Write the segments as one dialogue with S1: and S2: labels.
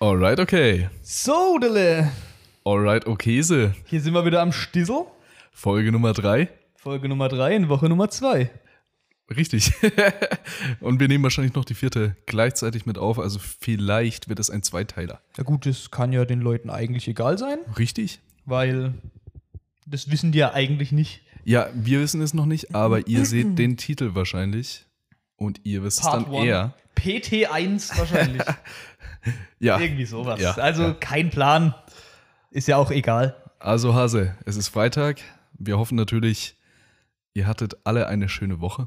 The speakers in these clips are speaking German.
S1: Alright, okay.
S2: So, Dille.
S1: Alright, okayse.
S2: Hier sind wir wieder am Stissel.
S1: Folge Nummer 3.
S2: Folge Nummer 3 in Woche Nummer 2.
S1: Richtig. Und wir nehmen wahrscheinlich noch die vierte gleichzeitig mit auf. Also vielleicht wird es ein Zweiteiler.
S2: Ja gut, das kann ja den Leuten eigentlich egal sein,
S1: Richtig?
S2: weil das wissen die ja eigentlich nicht.
S1: Ja, wir wissen es noch nicht, aber ihr seht den Titel wahrscheinlich. Und ihr wisst es dann
S2: one.
S1: eher.
S2: PT1 wahrscheinlich.
S1: Ja.
S2: Irgendwie sowas.
S1: Ja,
S2: also
S1: ja.
S2: kein Plan. Ist ja auch egal.
S1: Also Hase, es ist Freitag. Wir hoffen natürlich, ihr hattet alle eine schöne Woche.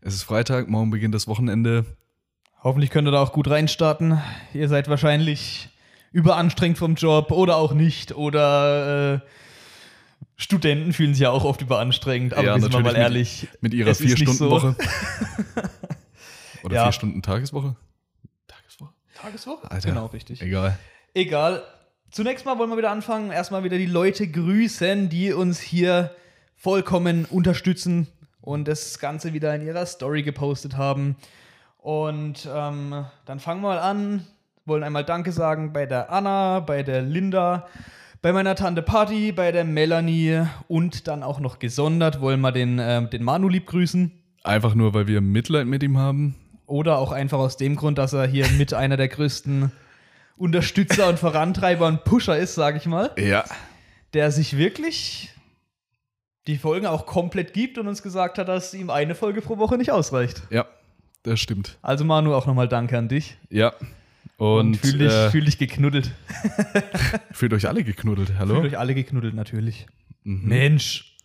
S1: Es ist Freitag, morgen beginnt das Wochenende.
S2: Hoffentlich könnt ihr da auch gut reinstarten. Ihr seid wahrscheinlich überanstrengt vom Job oder auch nicht. Oder äh, Studenten fühlen sich ja auch oft überanstrengend. Aber
S1: Ja,
S2: sind wir mal
S1: natürlich
S2: ehrlich.
S1: Mit ihrer
S2: es ist nicht
S1: Vier-Stunden-Woche. Oder
S2: Ja.
S1: Vier-Stunden-Tageswoche? Tageswoche?
S2: Tageswoche?
S1: Alter.
S2: Genau, richtig.
S1: Egal.
S2: Egal. Zunächst mal wollen wir wieder anfangen. Erstmal wieder die Leute grüßen, die uns hier vollkommen unterstützen und das Ganze wieder in ihrer Story gepostet haben. Und ähm, dann fangen wir mal an. Wollen einmal Danke sagen bei der Anna, bei der Linda, bei meiner Tante Patty, bei der Melanie und dann auch noch gesondert wollen wir den, ähm, den Manu lieb grüßen.
S1: Einfach nur, weil wir Mitleid mit ihm haben.
S2: Oder auch einfach aus dem Grund, dass er hier mit einer der größten Unterstützer und Vorantreiber und Pusher ist, sage ich mal,
S1: Ja.
S2: der sich wirklich die Folgen auch komplett gibt und uns gesagt hat, dass ihm eine Folge pro Woche nicht ausreicht.
S1: Ja, das stimmt.
S2: Also Manu, auch nochmal Danke an dich.
S1: Ja. Und,
S2: fühl dich,
S1: äh,
S2: fühl dich geknuddelt.
S1: fühlt euch alle geknuddelt. Hallo?
S2: Fühlt euch alle geknuddelt, natürlich.
S1: Mhm.
S2: Mensch.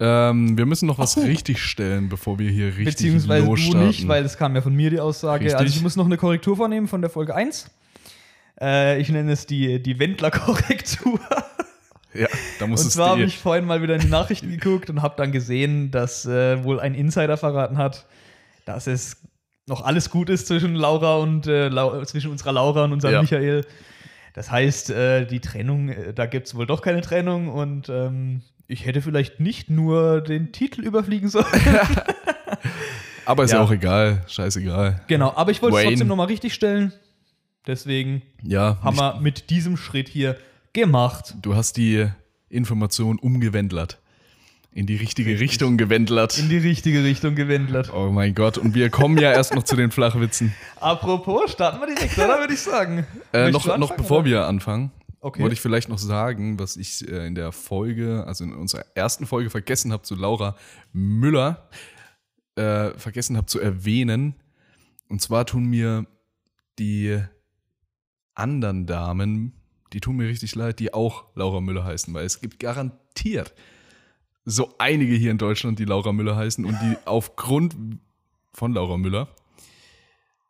S1: Ähm, wir müssen noch was
S2: Ach.
S1: richtig stellen, bevor wir hier richtig
S2: Beziehungsweise du
S1: losstarten.
S2: nicht, weil das kam ja von mir die Aussage.
S1: Richtig.
S2: Also ich muss noch eine Korrektur vornehmen von der Folge 1. Äh, ich nenne es die, die Wendler-Korrektur.
S1: ja, da muss
S2: Und
S1: es
S2: zwar habe
S1: dir.
S2: ich vorhin mal wieder in die Nachrichten geguckt und habe dann gesehen, dass äh, wohl ein Insider verraten hat, dass es noch alles gut ist zwischen Laura und äh, Lau zwischen unserer Laura und unserem
S1: Ja.
S2: Michael. Das heißt, äh, die Trennung, äh, da gibt es wohl doch keine Trennung und ähm, ich hätte vielleicht nicht nur den Titel überfliegen sollen.
S1: Aber ist ja.
S2: ja.
S1: auch egal. Scheißegal.
S2: genau, aber ich wollte es
S1: Wayne.
S2: trotzdem nochmal richtig stellen. Deswegen
S1: Ja,
S2: haben
S1: nicht-
S2: wir mit diesem Schritt hier gemacht.
S1: du hast die Information umgewendlert. In die richtige Richtung gewendlert.
S2: In die richtige Richtung gewendelt.
S1: Oh mein Gott, und wir kommen ja erst noch zu den Flachwitzen.
S2: Apropos, starten wir direkt, oder würde ich sagen.
S1: Äh,
S2: Möchtest
S1: noch,
S2: du anfangen,
S1: noch bevor
S2: oder?
S1: wir anfangen,
S2: Okay.
S1: wollte ich vielleicht noch sagen, was ich äh, in der Folge, also in unserer ersten Folge vergessen habe zu Laura Müller, äh, vergessen habe zu erwähnen. Und zwar tun mir die anderen Damen, die tun mir richtig leid, die auch Laura Müller heißen, weil es gibt garantiert so einige hier in Deutschland, die Laura Müller heißen und die aufgrund von Laura Müller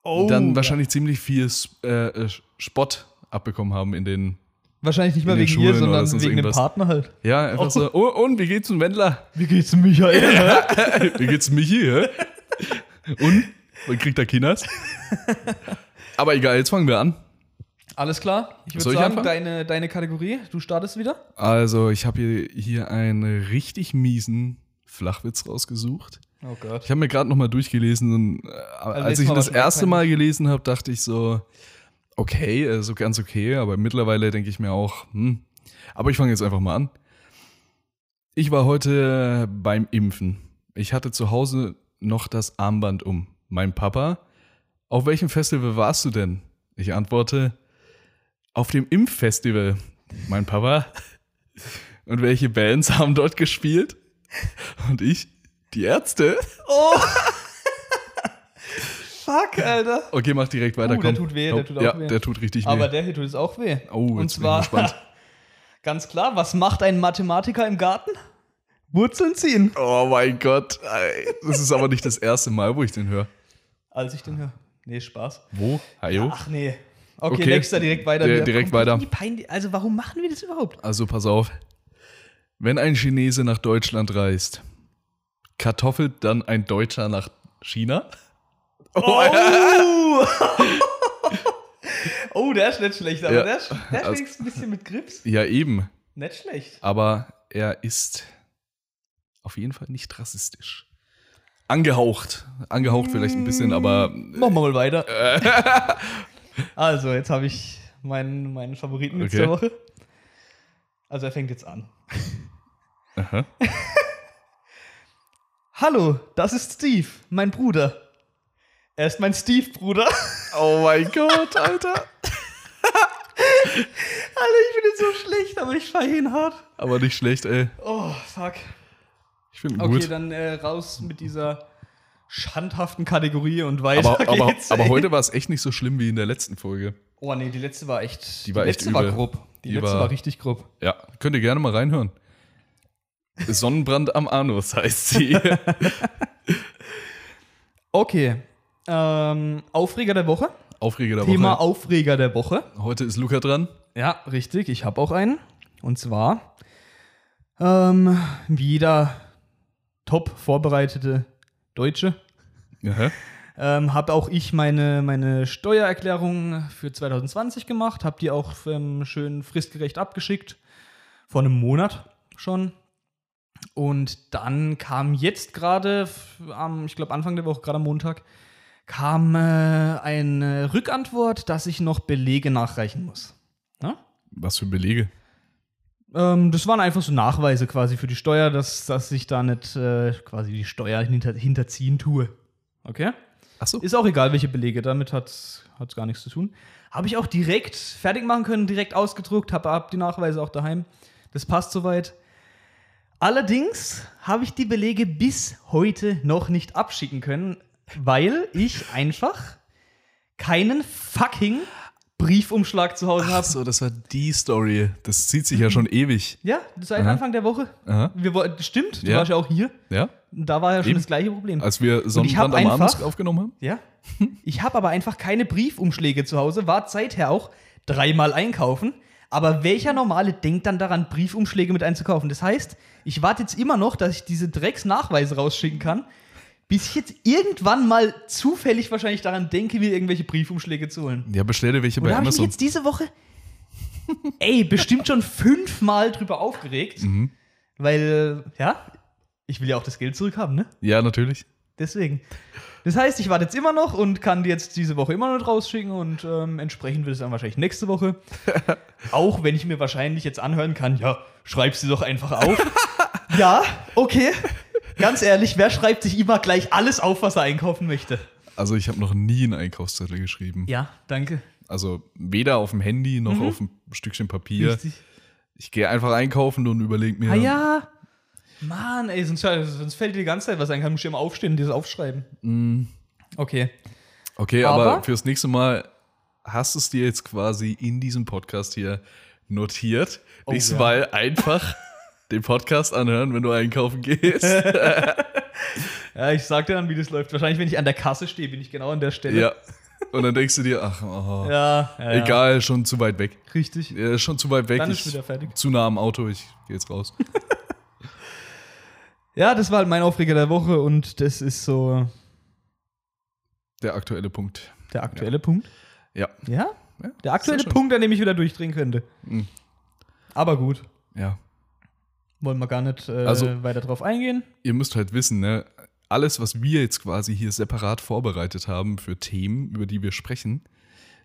S2: Oh,
S1: dann
S2: ja.
S1: wahrscheinlich ziemlich viel S- äh, äh, Spott abbekommen haben in den.
S2: Wahrscheinlich nicht mal
S1: in den
S2: wegen ihr,
S1: Schulen oder
S2: sondern
S1: sonst
S2: wegen dem
S1: irgendwas.
S2: Partner halt.
S1: Ja, einfach
S2: Oh.
S1: so. Oh, und wie geht's dem Wendler?
S2: Wie geht's dem Michael? hä?
S1: Wie geht's dem Michi? Hä? Und? Man kriegt da Chinas? Aber egal, jetzt fangen wir an.
S2: Alles klar. Ich würde
S1: Soll ich
S2: sagen,
S1: anfangen?
S2: deine, deine Kategorie. Du startest wieder.
S1: Also, ich habe hier, hier einen richtig miesen Flachwitz rausgesucht.
S2: Oh Gott.
S1: Ich habe mir gerade nochmal durchgelesen und äh, als
S2: letztes
S1: ich
S2: Mal
S1: ihn
S2: war
S1: das
S2: schon
S1: erste
S2: peinlich.
S1: Mal gelesen habe, dachte ich so, okay, äh, so ganz okay, aber mittlerweile denke ich mir auch, hm. Aber ich fange jetzt einfach mal an. Ich war heute beim Impfen. Ich hatte zu Hause noch das Armband um. Mein Papa, auf welchem Festival warst du denn? Ich antworte, auf dem Impffestival. Mein Papa. Und welche Bands haben dort gespielt? Und ich, die Ärzte.
S2: Oh! Fuck, Alter.
S1: Okay, mach direkt weiter.
S2: Uh, der
S1: komm.
S2: tut weh, der
S1: Nope.
S2: tut auch
S1: ja,
S2: weh.
S1: der tut richtig
S2: Aber
S1: weh.
S2: der hier tut es auch weh.
S1: Oh, jetzt
S2: Und
S1: bin
S2: zwar,
S1: ich gespannt.
S2: ganz klar, was macht ein Mathematiker im Garten? Wurzeln ziehen.
S1: Oh mein Gott. ey. Das ist aber nicht das erste Mal, wo ich den höre.
S2: Als ich den höre. Nee, Spaß.
S1: Wo? Hajo?
S2: Ach nee. Okay,
S1: Hm? Okay.
S2: nächster direkt weiter.
S1: Der-
S2: Wir
S1: direkt
S2: kommen
S1: weiter.
S2: in die Pein- Also warum machen wir das überhaupt?
S1: Also pass auf. Wenn ein Chinese nach Deutschland reist, kartoffelt dann ein Deutscher nach China? Oh.
S2: Oh! oh, der ist nicht schlecht, aber
S1: Ja.
S2: der, ist- der
S1: Also-
S2: schlägt ein bisschen mit Grips.
S1: Ja, eben.
S2: Nicht schlecht.
S1: Aber er ist auf jeden Fall nicht rassistisch.
S2: Mm.
S1: Angehaucht. Angehaucht vielleicht ein bisschen, aber
S2: Machen wir mal weiter. Also, jetzt habe ich meinen, meinen Favoriten okay. der Woche. Also, er fängt jetzt an.
S1: Aha.
S2: Hallo, das ist Steve, mein Bruder. Er ist mein Steve-Bruder.
S1: Oh mein Gott, Alter.
S2: Alter, ich bin jetzt so schlecht, aber ich feiere ihn hart.
S1: Aber nicht schlecht, ey.
S2: Oh, fuck.
S1: Ich finde
S2: Okay,
S1: gut.
S2: dann äh, raus mit dieser schandhaften Kategorie und weiter
S1: aber, aber,
S2: geht's.
S1: aber
S2: ey.
S1: heute war es echt nicht so schlimm wie in der letzten Folge.
S2: Oh nee, die letzte war echt.
S1: Die war echt
S2: letzte war
S1: übel.
S2: grob. Die,
S1: Die
S2: letzte war,
S1: war-
S2: richtig grob.
S1: Ja, könnt ihr gerne mal reinhören. Sonnenbrand am Anus heißt sie.
S2: Okay. Ähm, Aufreger der Woche.
S1: Aufreger der
S2: Thema
S1: Woche.
S2: Aufreger der Woche.
S1: Heute ist Luca dran.
S2: Ja, richtig. Ich habe auch einen. Und zwar ähm, wieder top vorbereitete Deutsche.
S1: Aha.
S2: Ähm, habe auch ich meine, meine Steuererklärung für 2020 gemacht, habe die auch ähm, schön fristgerecht abgeschickt, vor einem Monat schon. Und dann kam jetzt gerade, f- am, ich glaube Anfang der Woche, gerade am Montag, kam äh, eine Rückantwort, dass ich noch Belege nachreichen muss. Ne?
S1: Was für Belege.
S2: Ähm, das waren einfach so Nachweise quasi für die Steuer, dass, dass ich da nicht äh, quasi die Steuer hinter, hinterziehen tue. Okay?
S1: Achso.
S2: Ist auch egal, welche Belege, damit hat es gar nichts zu tun. Habe ich auch direkt fertig machen können, direkt ausgedruckt, habe hab die Nachweise auch daheim. Das passt soweit. Allerdings habe ich die Belege bis heute noch nicht abschicken können, weil ich einfach keinen fucking Briefumschlag zu Hause habe.
S1: Achso, das war die Story. Das zieht sich ja schon ewig.
S2: Ja, seit
S1: Aha.
S2: Anfang der Woche.
S1: Aha.
S2: Wir, wollten- stimmt, du
S1: Ja.
S2: warst ja auch hier.
S1: Ja?
S2: Da war ja schon
S1: Eben.
S2: das gleiche Problem.
S1: Als wir Sonnenbrand am
S2: einfach-
S1: Anus aufgenommen haben.
S2: ja. Ich habe aber einfach keine Briefumschläge zu Hause, war seither auch dreimal einkaufen. Aber welcher Normale denkt dann daran, Briefumschläge mit einzukaufen? Das heißt, ich warte jetzt immer noch, dass ich diese Drecksnachweise rausschicken kann, bis ich jetzt irgendwann mal zufällig wahrscheinlich daran denke, mir irgendwelche Briefumschläge zu holen.
S1: Ja, bestell dir welche
S2: Und
S1: bei
S2: da habe ich mich
S1: Amazon.
S2: jetzt diese Woche, ey, bestimmt schon fünfmal drüber aufgeregt, weil, ja, ich will ja auch das Geld zurückhaben, ne?
S1: Ja, natürlich.
S2: Deswegen. Das heißt, ich warte jetzt immer noch und kann die jetzt diese Woche immer noch rausschicken und ähm, entsprechend wird es dann wahrscheinlich nächste Woche. Auch wenn ich mir wahrscheinlich jetzt anhören kann, ja, schreib sie doch einfach auf. ja, okay. Ganz ehrlich, wer schreibt sich immer gleich alles auf, was er einkaufen möchte?
S1: Also ich habe noch nie einen Einkaufszettel geschrieben.
S2: Ja, danke.
S1: Also weder auf dem Handy noch auf einem Stückchen Papier.
S2: Richtig.
S1: Ich gehe einfach einkaufen und überlege mir.
S2: Ah ja. Mann, ey, sonst, sonst fällt dir die ganze Zeit was ein. Kann musst du immer aufstehen und dir das aufschreiben.
S1: Mhm.
S2: Okay.
S1: Okay, aber,
S2: Aber-
S1: fürs nächste Mal hast du es dir jetzt quasi in diesem Podcast hier notiert.
S2: Oh,
S1: Nächstes
S2: ja.
S1: Mal einfach den Podcast anhören, wenn du einkaufen gehst.
S2: Ja, ich sag dir dann, wie das läuft. Wahrscheinlich, wenn ich an der Kasse stehe, bin ich genau an der Stelle.
S1: ja. Und dann denkst du dir, ach, oh,
S2: Ja, ja, ja.
S1: egal, schon zu weit weg.
S2: Richtig.
S1: Ja, schon zu weit weg.
S2: Dann ist
S1: ich,
S2: wieder fertig.
S1: Zu nah am Auto, ich gehe jetzt raus.
S2: Ja, das war halt mein Aufreger der Woche und das ist so
S1: Der aktuelle Punkt.
S2: der aktuelle Punkt.
S1: Ja.
S2: Ja?
S1: Ja,
S2: Der aktuelle
S1: sehr schön.
S2: Punkt, an dem ich wieder durchdrehen könnte.
S1: Mhm.
S2: Aber gut,
S1: Ja.
S2: wollen wir gar nicht äh,
S1: Also-
S2: weiter drauf eingehen.
S1: ihr müsst halt wissen, ne, alles, was wir jetzt quasi hier separat vorbereitet haben für Themen, über die wir sprechen,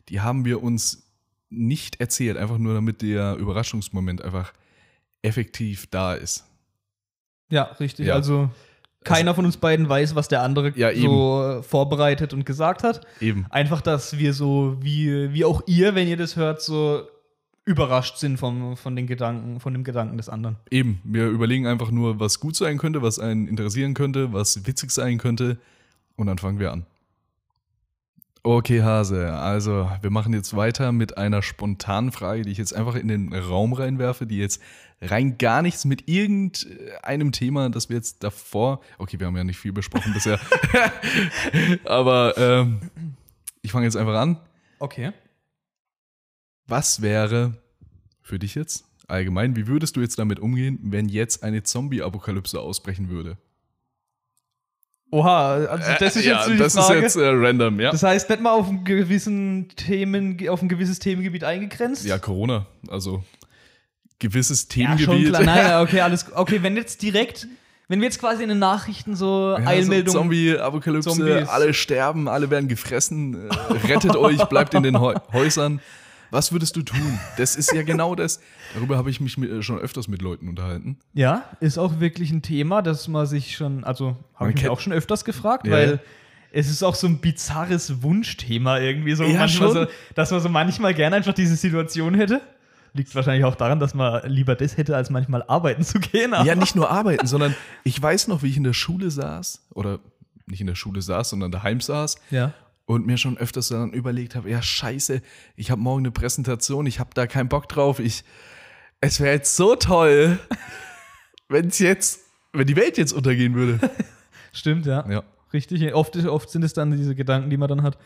S1: die haben wir uns nicht erzählt, einfach nur damit der Überraschungsmoment einfach effektiv da ist.
S2: Ja, richtig.
S1: Ja.
S2: Also keiner von uns beiden weiß, was der andere
S1: Ja,
S2: so äh, vorbereitet und gesagt hat.
S1: Eben.
S2: Einfach, dass wir so, wie, wie auch ihr, wenn ihr das hört, so überrascht sind vom, von den Gedanken, von dem Gedanken des anderen.
S1: Eben. Wir überlegen einfach nur, was gut sein könnte, was einen interessieren könnte, was witzig sein könnte. Und dann fangen wir an. Okay, Hase. Also, wir machen jetzt weiter mit einer spontanen Frage, die ich jetzt einfach in den Raum reinwerfe, die jetzt rein gar nichts mit irgendeinem Thema, das wir jetzt davor. Okay, wir haben ja nicht viel besprochen bisher. Aber ähm, ich fange jetzt einfach an.
S2: Okay.
S1: Was wäre für dich jetzt allgemein, wie würdest du jetzt damit umgehen, wenn jetzt eine Zombie-Apokalypse ausbrechen würde?
S2: Oha, also das ist
S1: Äh,
S2: jetzt
S1: ja,
S2: die
S1: das
S2: Frage.
S1: ist jetzt äh, random, ja.
S2: Das heißt, nicht mal auf, einen gewissen Themen, auf ein gewisses Themengebiet eingegrenzt?
S1: Ja, Corona, also gewisses
S2: ja
S1: Themengebiet.
S2: schon klar. Naja, okay, alles Okay, wenn jetzt direkt, Wenn wir jetzt quasi in den Nachrichten so
S1: Ja,
S2: Eilmeldungen.
S1: So Zombie-Apokalypse,
S2: Zombies.
S1: alle sterben, alle werden gefressen, äh, rettet euch, bleibt in den Heu Häusern. Was würdest du tun? Das ist ja genau das. Darüber habe ich mich mit, äh, schon öfters mit Leuten unterhalten.
S2: Ja, ist auch wirklich ein Thema, das man sich schon, also
S1: Man
S2: habe ich mich
S1: kennt-
S2: auch schon öfters gefragt,
S1: Ja.
S2: weil es ist auch so ein bizarres Wunschthema irgendwie, so,
S1: Ja,
S2: manchmal
S1: schon.
S2: so dass man so manchmal gerne einfach diese Situation hätte. Liegt wahrscheinlich auch daran, dass man lieber das hätte, als manchmal arbeiten zu gehen. aber-
S1: Ja, nicht nur arbeiten, sondern ich weiß noch, wie ich in der Schule saß oder nicht in der Schule saß, sondern daheim saß
S2: ja.
S1: und mir schon öfters dann überlegt habe, ja scheiße, ich habe morgen eine Präsentation, ich habe da keinen Bock drauf, ich, es wäre jetzt so toll, wenn es jetzt, wenn die Welt jetzt untergehen würde.
S2: Stimmt, ja.
S1: Ja,
S2: Richtig. Oft, oft sind es dann diese Gedanken, die man dann hat.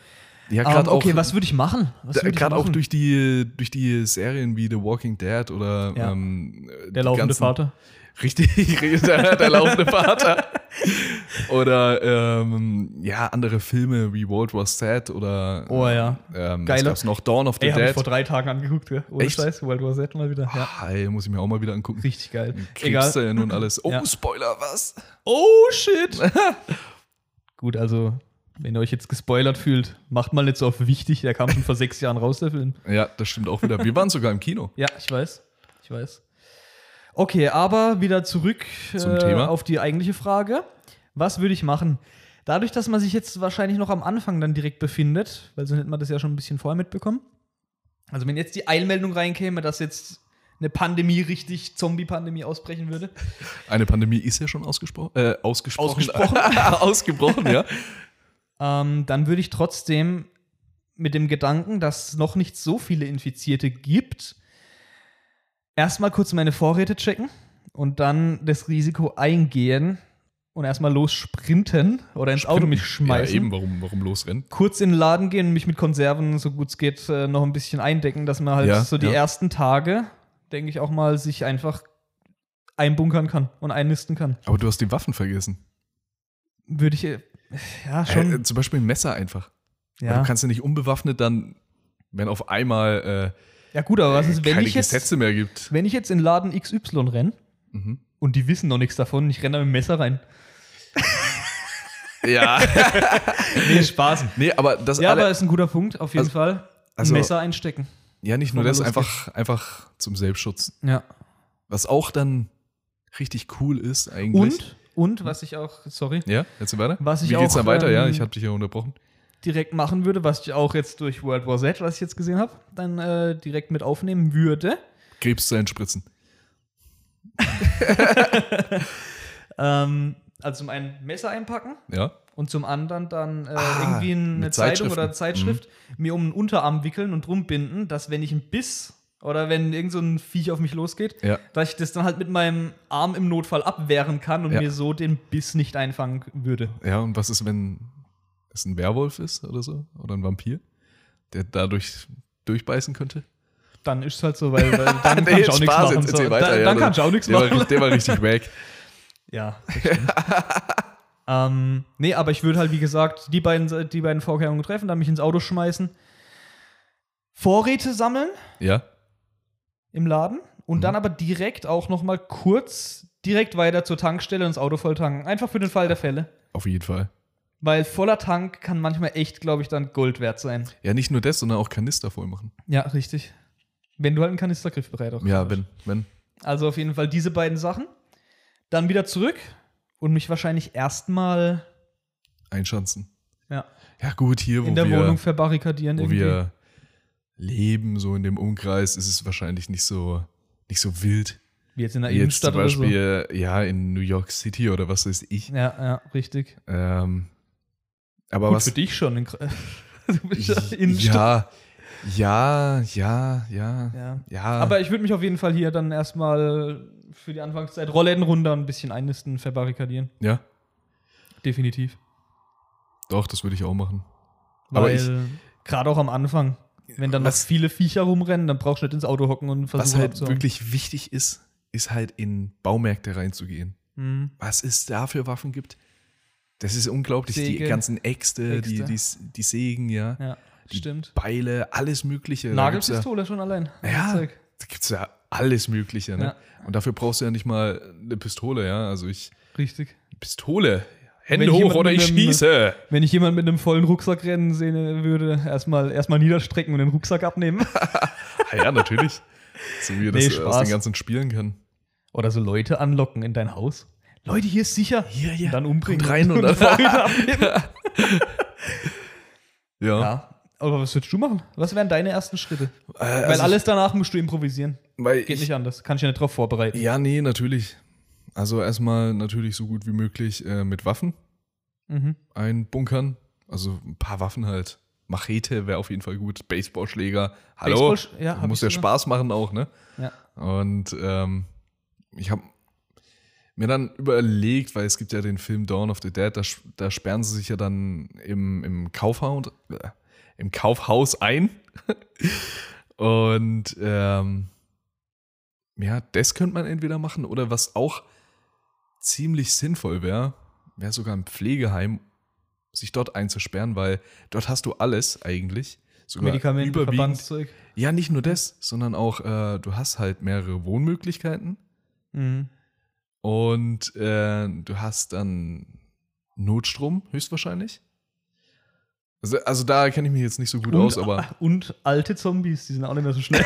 S1: ja
S2: Ähm,
S1: gerade
S2: okay,
S1: auch,
S2: was würde ich machen? Was würd ich
S1: gerade auch
S2: machen?
S1: durch die, durch die Serien wie The Walking Dead oder
S2: Ja.
S1: ähm, die
S2: der laufende
S1: ganzen-
S2: Vater.
S1: Richtig, der, der laufende Vater. Oder ähm, ja, andere Filme wie World War Z oder
S2: Oh, ja.
S1: ähm,
S2: Geile.
S1: was gab's noch Dawn of the
S2: Ey, habe ich
S1: Dead.
S2: vor drei Tagen angeguckt, ja. ohne
S1: Echt?
S2: Scheiß. World War Z mal wieder. Ja.
S1: Ah, ey, muss ich mir auch mal wieder angucken.
S2: Richtig geil.
S1: Krebszellen und alles. Oh,
S2: Ja.
S1: Spoiler, was?
S2: Oh shit! Gut, also, wenn ihr euch jetzt gespoilert fühlt, macht mal nicht so auf wichtig, der kam schon vor sechs Jahren raus, der Film.
S1: Ja, das stimmt auch wieder. Wir waren sogar im Kino.
S2: Ja, ich weiß. Ich weiß. Okay, aber wieder zurück äh,
S1: Zum Thema.
S2: auf die eigentliche Frage. Was würde ich machen? Dadurch, dass man sich jetzt wahrscheinlich noch am Anfang dann direkt befindet, weil so hätte man das ja schon ein bisschen vorher mitbekommen. Also wenn jetzt die Eilmeldung reinkäme, dass jetzt eine Pandemie richtig Zombie-Pandemie ausbrechen würde.
S1: Eine Pandemie ist ja schon ausgesprochen. Äh, ausgesprochen.
S2: Ausgesprochen.
S1: Ausgebrochen, ja.
S2: ähm, dann würde ich trotzdem mit dem Gedanken, dass es noch nicht so viele Infizierte gibt, erstmal kurz meine Vorräte checken und dann das Risiko eingehen und erstmal los sprinten oder ins Auto mich schmeißen.
S1: Ja, eben, warum, warum losrennen?
S2: Kurz in den Laden gehen, mich mit Konserven, so gut es geht, äh, noch ein bisschen eindecken, dass man halt
S1: Ja,
S2: so die
S1: ja.
S2: ersten Tage, denke ich, auch mal sich einfach einbunkern kann und einnisten kann.
S1: Aber du hast die Waffen vergessen.
S2: Würde ich, äh, ja, schon.
S1: Äh, zum Beispiel ein Messer einfach. Weil
S2: ja.
S1: Du kannst ja nicht unbewaffnet dann, wenn auf einmal
S2: ja, gut, aber was
S1: äh,
S2: ist, wenn
S1: keine
S2: ich jetzt.
S1: Gesetze mehr gibt.
S2: Wenn ich jetzt in Laden XY renne
S1: Mhm.
S2: und die wissen noch nichts davon, ich renne da mit dem Messer rein.
S1: Ja.
S2: Nee, Spaß.
S1: nee, aber das
S2: Ja,
S1: Also alle,
S2: aber ist ein guter Punkt, auf jeden
S1: Also-
S2: Fall.
S1: also-
S2: ein Messer einstecken.
S1: ja nicht nur das,
S2: Bevor wir
S1: einfach, einfach zum Selbstschutz.
S2: Ja.
S1: Was auch dann richtig cool ist eigentlich.
S2: Und, und, was ich auch, sorry,
S1: Ja, jetzt weiter.
S2: Was ich
S1: Wie geht's
S2: auch,
S1: dann weiter? ja,
S2: ähm,
S1: ich habe dich ja unterbrochen.
S2: direkt machen würde, was ich auch jetzt durch World War Z, was ich jetzt gesehen habe, dann äh, direkt mit aufnehmen würde,
S1: Krebszellen spritzen.
S2: ähm, also zum einen Messer einpacken
S1: Ja.
S2: und zum anderen dann äh,
S1: Ah,
S2: irgendwie eine
S1: mit
S2: Zeitung oder
S1: Zeitschriften. Mhm.
S2: Zeitschrift mir um den Unterarm wickeln und rumbinden, dass wenn ich einen Biss oder wenn irgend so ein Viech auf mich losgeht,
S1: Ja.
S2: dass ich das dann halt mit meinem Arm im Notfall abwehren kann und
S1: Ja.
S2: mir so den Biss nicht einfangen würde.
S1: Ja, und was ist, wenn es ein Werwolf ist oder so? Oder ein Vampir, der dadurch durchbeißen könnte?
S2: Dann ist es halt so, weil, weil dann
S1: Nee,
S2: kann ich auch nichts
S1: Spaß,
S2: machen.
S1: jetzt
S2: So,
S1: erzähl weiter,
S2: dann
S1: ja,
S2: dann
S1: das-
S2: kann ich auch nichts
S1: Der war,
S2: machen.
S1: ri- der war richtig weg.
S2: Ja, das stimmt. ähm, nee, aber ich würde halt, wie gesagt, die beiden, die beiden Vorkehrungen treffen, dann mich ins Auto schmeißen, Vorräte sammeln
S1: Ja.
S2: im Laden und
S1: Mhm.
S2: dann aber direkt auch noch mal kurz direkt weiter zur Tankstelle und das Auto voll tanken. Einfach für den Fall der Fälle.
S1: Auf jeden Fall.
S2: Weil voller Tank kann manchmal echt, glaube ich, dann Gold wert sein.
S1: Ja, nicht nur das, sondern auch Kanister voll machen.
S2: Ja, richtig. Wenn du halt einen Kanistergriff bereit hast.
S1: Ja, wenn, wenn.
S2: Also auf jeden Fall diese beiden Sachen. Dann wieder zurück und mich wahrscheinlich erstmal
S1: Einschanzen.
S2: Ja.
S1: Ja, gut, hier, wo
S2: in der
S1: wir,
S2: Wohnung verbarrikadieren.
S1: wo
S2: irgendwie.
S1: wir leben, so in dem Umkreis, ist es wahrscheinlich nicht so, nicht so wild.
S2: Wie jetzt in der
S1: Jetzt
S2: Innenstadt
S1: zum
S2: oder
S1: Beispiel, ja, in New York City oder was weiß ich.
S2: so. Ja, ja, richtig.
S1: Ähm, aber
S2: Gut
S1: was.
S2: für dich schon. in Kr- du bist ja Innenstadt.
S1: ja, ja, ja, ja, ja.
S2: Ja. Aber ich würde mich auf jeden Fall hier dann erstmal für die Anfangszeit Rollläden runter und ein bisschen einnisten, verbarrikadieren.
S1: ja,
S2: Definitiv.
S1: doch, das würde ich auch machen. Aber ich-
S2: Weil gerade auch am Anfang, wenn dann
S1: Was-
S2: noch viele Viecher rumrennen, dann brauchst du nicht ins Auto hocken und versuchen
S1: was halt
S2: abzuhauen.
S1: wirklich wichtig ist, ist halt in Baumärkte reinzugehen.
S2: Mhm.
S1: was es da für Waffen gibt. Das ist unglaublich. Die
S2: Säge.
S1: ganzen Äxte, Die,
S2: Äxte.
S1: die, die Sägen, ja.
S2: Ja,
S1: Die
S2: stimmt.
S1: Beile, alles Mögliche. Da gibt's
S2: Nagelpistole schon allein.
S1: Ja, ja
S2: Das Zeug.
S1: da gibt's ja alles Mögliche. Ne? Und dafür brauchst du ja nicht mal eine Pistole, ja. Also ich
S2: Richtig.
S1: Pistole. Hände
S2: Wenn ich
S1: hoch
S2: jemanden
S1: oder ich
S2: mit einem-
S1: schieße.
S2: Wenn ich jemanden mit einem vollen Rucksack rennen sehen würde, erstmal erstmal niederstrecken und den Rucksack abnehmen.
S1: Ah ja, natürlich. So wie er das
S2: Nee,
S1: äh, aus
S2: Spaß.
S1: den ganzen Spielen kann.
S2: Oder so Leute anlocken in dein Haus. Leute, hier ist sicher.
S1: Ja, ja.
S2: Und dann umbringen.
S1: Kommt rein und dann-
S2: Vorräte abnehmen.
S1: Ja.
S2: Ja. Aber was würdest du machen? Was wären deine ersten Schritte?
S1: Äh,
S2: Weil
S1: also
S2: alles danach musst du improvisieren.
S1: ich- weil
S2: Geht
S1: ich,
S2: nicht anders. Kannst du ja nicht drauf vorbereiten.
S1: Ja, nee, natürlich. Also erstmal natürlich so gut wie möglich äh, mit Waffen
S2: Mhm.
S1: einbunkern. Also ein paar Waffen halt. Machete wäre auf jeden Fall gut. Baseballschläger. Hallo.
S2: Baseball- ja, hab
S1: Muss ja
S2: ich sogar.
S1: Spaß machen auch, ne?
S2: Ja.
S1: Und ähm, ich habe mir dann überlegt, weil es gibt ja den Film Dawn of the Dead, da, sch- da sperren sie sich ja dann im, im, Kaufhaus, äh, im Kaufhaus ein. Und ähm, ja, das könnte man entweder machen oder was auch ziemlich sinnvoll wäre, wäre sogar ein Pflegeheim, sich dort einzusperren, weil dort hast du alles eigentlich. Sogar
S2: Medikamente,
S1: überwiegend
S2: Verbandszeug.
S1: ja, nicht nur das, sondern auch, äh, du hast halt mehrere Wohnmöglichkeiten
S2: Mhm.
S1: und äh, du hast dann Notstrom, höchstwahrscheinlich. Also, also da kenne ich mich jetzt nicht so gut
S2: und,
S1: aus, aber
S2: Und alte Zombies, die sind auch nicht mehr so schnell.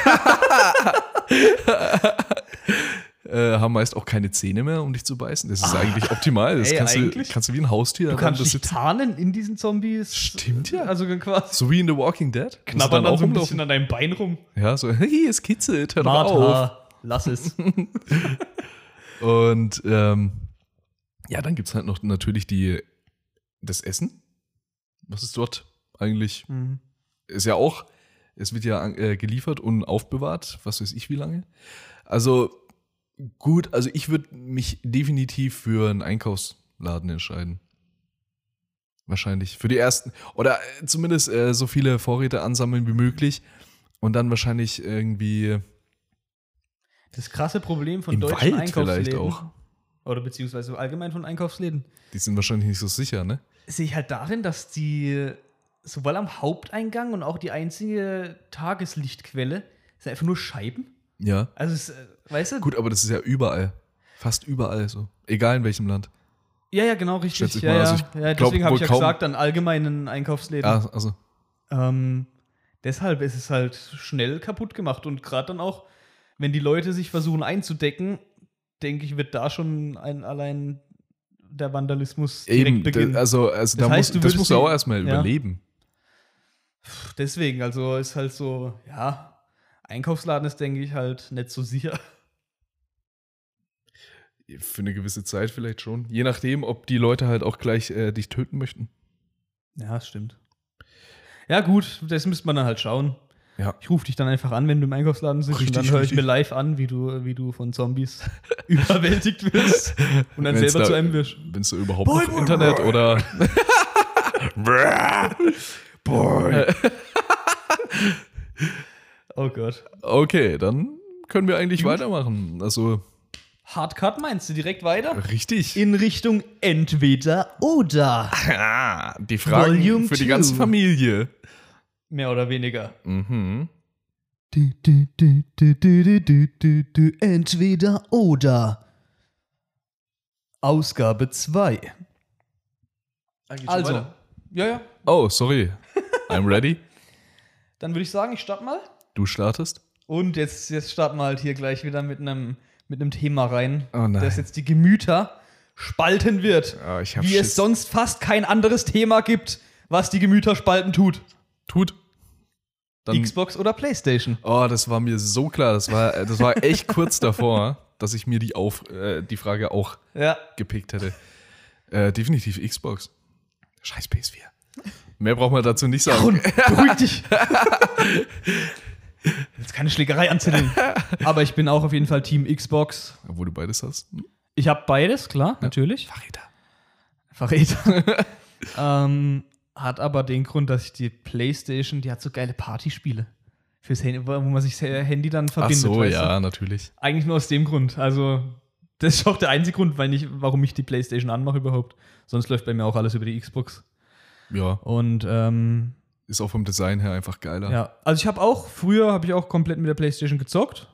S1: äh, haben meist auch keine Zähne mehr, um dich zu beißen. Das ist eigentlich optimal. Das
S2: ey,
S1: kannst,
S2: Ah. eigentlich?
S1: Du, kannst du wie ein Haustier
S2: Du
S1: dann
S2: kannst
S1: das
S2: dich
S1: sitzen.
S2: tarnen in diesen Zombies.
S1: Stimmt ja.
S2: Also quasi
S1: So wie in The Walking Dead. Musst du
S2: knabbern dann so ein
S1: rumlaufen.
S2: bisschen an deinem Bein rum.
S1: Ja, so, hey, es kitzelt, hör doch auf.
S2: lass es.
S1: Und ähm, ja, dann gibt es halt noch natürlich die, das Essen. Was ist dort eigentlich?
S2: Mhm.
S1: Ist ja auch, es wird ja äh, geliefert und aufbewahrt, was weiß ich wie lange. Also gut, also ich würde mich definitiv für einen Einkaufsladen entscheiden. Wahrscheinlich. Für die ersten. Oder äh, zumindest äh, so viele Vorräte ansammeln wie möglich. Und dann wahrscheinlich irgendwie.
S2: Das krasse Problem von
S1: Im
S2: deutschen
S1: Wald
S2: Einkaufsläden.
S1: vielleicht auch.
S2: Oder beziehungsweise allgemein von Einkaufsläden.
S1: Die sind wahrscheinlich nicht so sicher, ne?
S2: Sehe ich halt darin, dass die sowohl am Haupteingang und auch die einzige Tageslichtquelle sind einfach nur Scheiben.
S1: Ja.
S2: Also, es, äh, weißt du?
S1: Gut, aber das ist ja überall. Fast überall so. Egal in welchem Land.
S2: Ja, ja, genau, richtig.
S1: Schätze ich
S2: ja,
S1: mal. Also
S2: ja.
S1: ich
S2: ja,
S1: glaub
S2: deswegen habe
S1: wohl
S2: ich ja
S1: kaum-
S2: gesagt, an allgemeinen Einkaufsläden.
S1: Ja, also.
S2: Ähm, deshalb ist es halt schnell kaputt gemacht und gerade dann auch, wenn die Leute sich versuchen einzudecken, denke ich, wird da schon ein, allein der Vandalismus direkt
S1: Eben,
S2: beginnen.
S1: da- also, also
S2: Das
S1: da
S2: heißt,
S1: muss,
S2: du
S1: das
S2: würdest
S1: muss auch
S2: die-
S1: erstmal
S2: ja.
S1: überleben.
S2: Deswegen, also ist halt so, ja, Einkaufsladen ist, denke ich, halt nicht so sicher.
S1: Für eine gewisse Zeit vielleicht schon. Je nachdem, ob die Leute halt auch gleich äh, dich töten möchten.
S2: Ja, stimmt. Ja, gut, das müsste man dann halt schauen.
S1: Ja.
S2: Ich rufe dich dann einfach an, wenn du im Einkaufsladen sitzt
S1: Richtig,
S2: und dann höre ich
S1: richtig.
S2: mir live an, wie du, wie du von Zombies überwältigt wirst und dann
S1: Wenn's
S2: selber
S1: da-
S2: zu einem wirst.
S1: Wenn du überhaupt
S2: Boy,
S1: noch
S2: boy,
S1: Internet
S2: boy.
S1: oder. Boy.
S2: Oh Gott.
S1: Okay, dann können wir eigentlich weitermachen. Also,
S2: Hardcut meinst du direkt weiter?
S1: richtig.
S2: In Richtung entweder oder.
S1: Ah, die Fragen
S2: Volume
S1: für die
S2: two.
S1: ganze Familie.
S2: Mehr oder weniger.
S1: Mhm.
S2: Entweder oder. Ausgabe 2. Also, ja, ja.
S1: Oh, sorry. I'm ready.
S2: Dann würde ich sagen, ich starte mal.
S1: Du startest.
S2: Und jetzt, jetzt starten wir halt hier gleich wieder mit einem mit einem Thema rein,
S1: Oh nein.
S2: das jetzt die Gemüter spalten wird.
S1: Ah, ich hab
S2: wie
S1: Schiss.
S2: es sonst fast kein anderes Thema gibt, was die Gemüter spalten tut.
S1: Tut. Dann,
S2: Xbox oder Playstation.
S1: oh, das war mir so klar. Das war, das war echt kurz davor, dass ich mir die, auf, äh, die Frage auch
S2: Ja.
S1: gepickt hätte. Äh, definitiv Xbox. Scheiß PS4. Mehr braucht man dazu nicht sagen.
S2: Grund, beruhig dich. Jetzt keine Schlägerei anzetteln. Aber ich bin auch auf jeden Fall Team Xbox.
S1: Obwohl du beides hast.
S2: Ich habe beides, klar, natürlich.
S1: Verräter.
S2: Verräter. ähm, hat aber den Grund, dass ich die Playstation, die hat so geile Partyspiele. Fürs Handy, wo man sich das Handy dann
S1: Ach
S2: verbindet.
S1: so,
S2: weißt du?
S1: ja, natürlich.
S2: Eigentlich nur aus dem Grund. Also, das ist auch der einzige Grund, weil ich, warum ich die Playstation anmache überhaupt. Sonst läuft bei mir auch alles über die Xbox.
S1: Ja,
S2: Und ähm,
S1: ist auch vom Design her einfach geiler.
S2: ja. also ich habe auch, früher habe ich auch komplett mit der Playstation gezockt.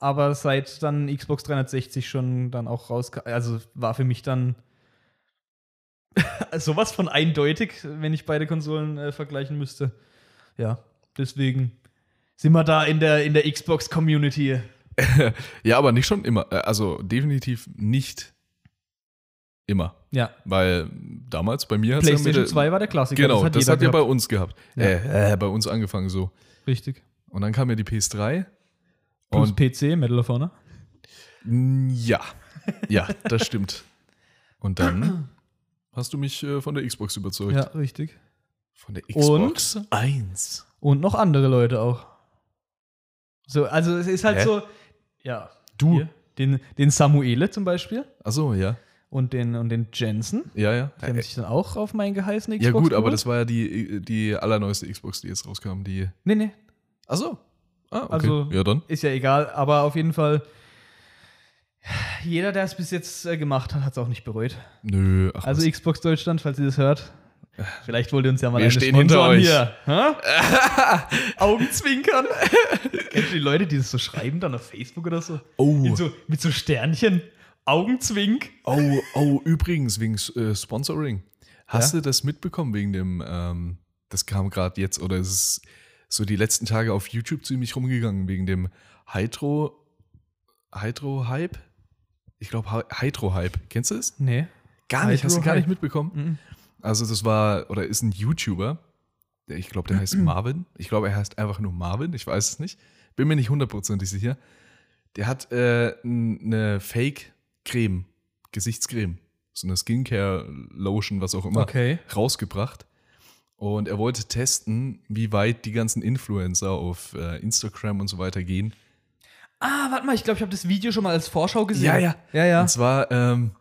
S2: aber seit dann Xbox 360 schon dann auch rauskam, also war für mich dann sowas von eindeutig, wenn ich beide Konsolen äh, vergleichen müsste. Ja, deswegen sind wir da in der, in der Xbox-Community.
S1: Ja, aber nicht schon immer. Äh, Also definitiv nicht immer.
S2: Ja,
S1: Weil damals bei mir hat es ja mit
S2: PlayStation
S1: der,
S2: 2 war der Klassiker.
S1: Genau, das
S2: jeder
S1: hat ja bei
S2: gehabt.
S1: uns gehabt.
S2: Ja.
S1: Äh, äh, bei uns angefangen so.
S2: Richtig.
S1: Und dann kam ja die PS3.
S2: Plus
S1: Und
S2: PC, Medal of Honor.
S1: mm, ja, ja, das stimmt. Und dann hast du mich äh, von der Xbox überzeugt.
S2: Ja, richtig.
S1: Von der Xbox Und? 1.
S2: Und noch andere Leute auch. So, also es ist halt
S1: Hä?
S2: so, ja.
S1: Du.
S2: Hier, den, den Samuele zum Beispiel
S1: Achso, ja.
S2: und den, und den Jensen.
S1: Ja, ja.
S2: Die haben sich dann auch auf meinen geheißen
S1: Äh,
S2: Xbox
S1: Ja, gut, aber
S2: geholt.
S1: das war ja die, die allerneueste Xbox, die jetzt rauskam. Die.
S2: Nee, nee,
S1: Achso. Ah, okay.
S2: Also-
S1: ja, dann.
S2: ist ja egal, aber auf jeden Fall, jeder, der es bis jetzt äh, gemacht hat, hat es auch nicht bereut.
S1: Nö, ach.
S2: Also
S1: was.
S2: Xbox Deutschland, falls ihr das hört, vielleicht wollt ihr uns ja mal
S1: Wir
S2: eine
S1: stehen
S2: sponsoren
S1: hinter Äh.
S2: hier. Hä? Augenzwinkern. Kennst du die Leute, die das so schreiben dann auf Facebook oder so?
S1: oh,
S2: In so mit so Sternchen. Augenzwink.
S1: oh, oh, übrigens, wegen äh, Sponsoring. Hast du das mitbekommen wegen dem, ähm, das kam gerade jetzt oder ist es ist so die letzten Tage auf YouTube ziemlich rumgegangen, wegen dem Hydro, Hydro-Hype? Ich glaube, Hydro-Hype. Kennst du es?
S2: Nee.
S1: Gar nicht, hast du gar
S2: Hydro-Hype.
S1: nicht mitbekommen? Also das war, oder ist ein YouTuber, der, ich glaube, der heißt
S2: Mhm.
S1: Marvin. Ich glaube, er heißt einfach nur Marvin, ich weiß es nicht. Bin mir nicht hundertprozentig sicher. Der hat äh, n- eine Fake-Creme, Gesichtscreme, so eine Skincare-Lotion, was auch immer,
S2: Okay.
S1: rausgebracht. Und er wollte testen, wie weit die ganzen Influencer auf äh, Instagram und so weiter gehen.
S2: Ah, warte mal, ich glaube, ich habe das Video schon mal als Vorschau gesehen.
S1: Ja, ja.
S2: Ja, ja.
S1: Und zwar, ähm,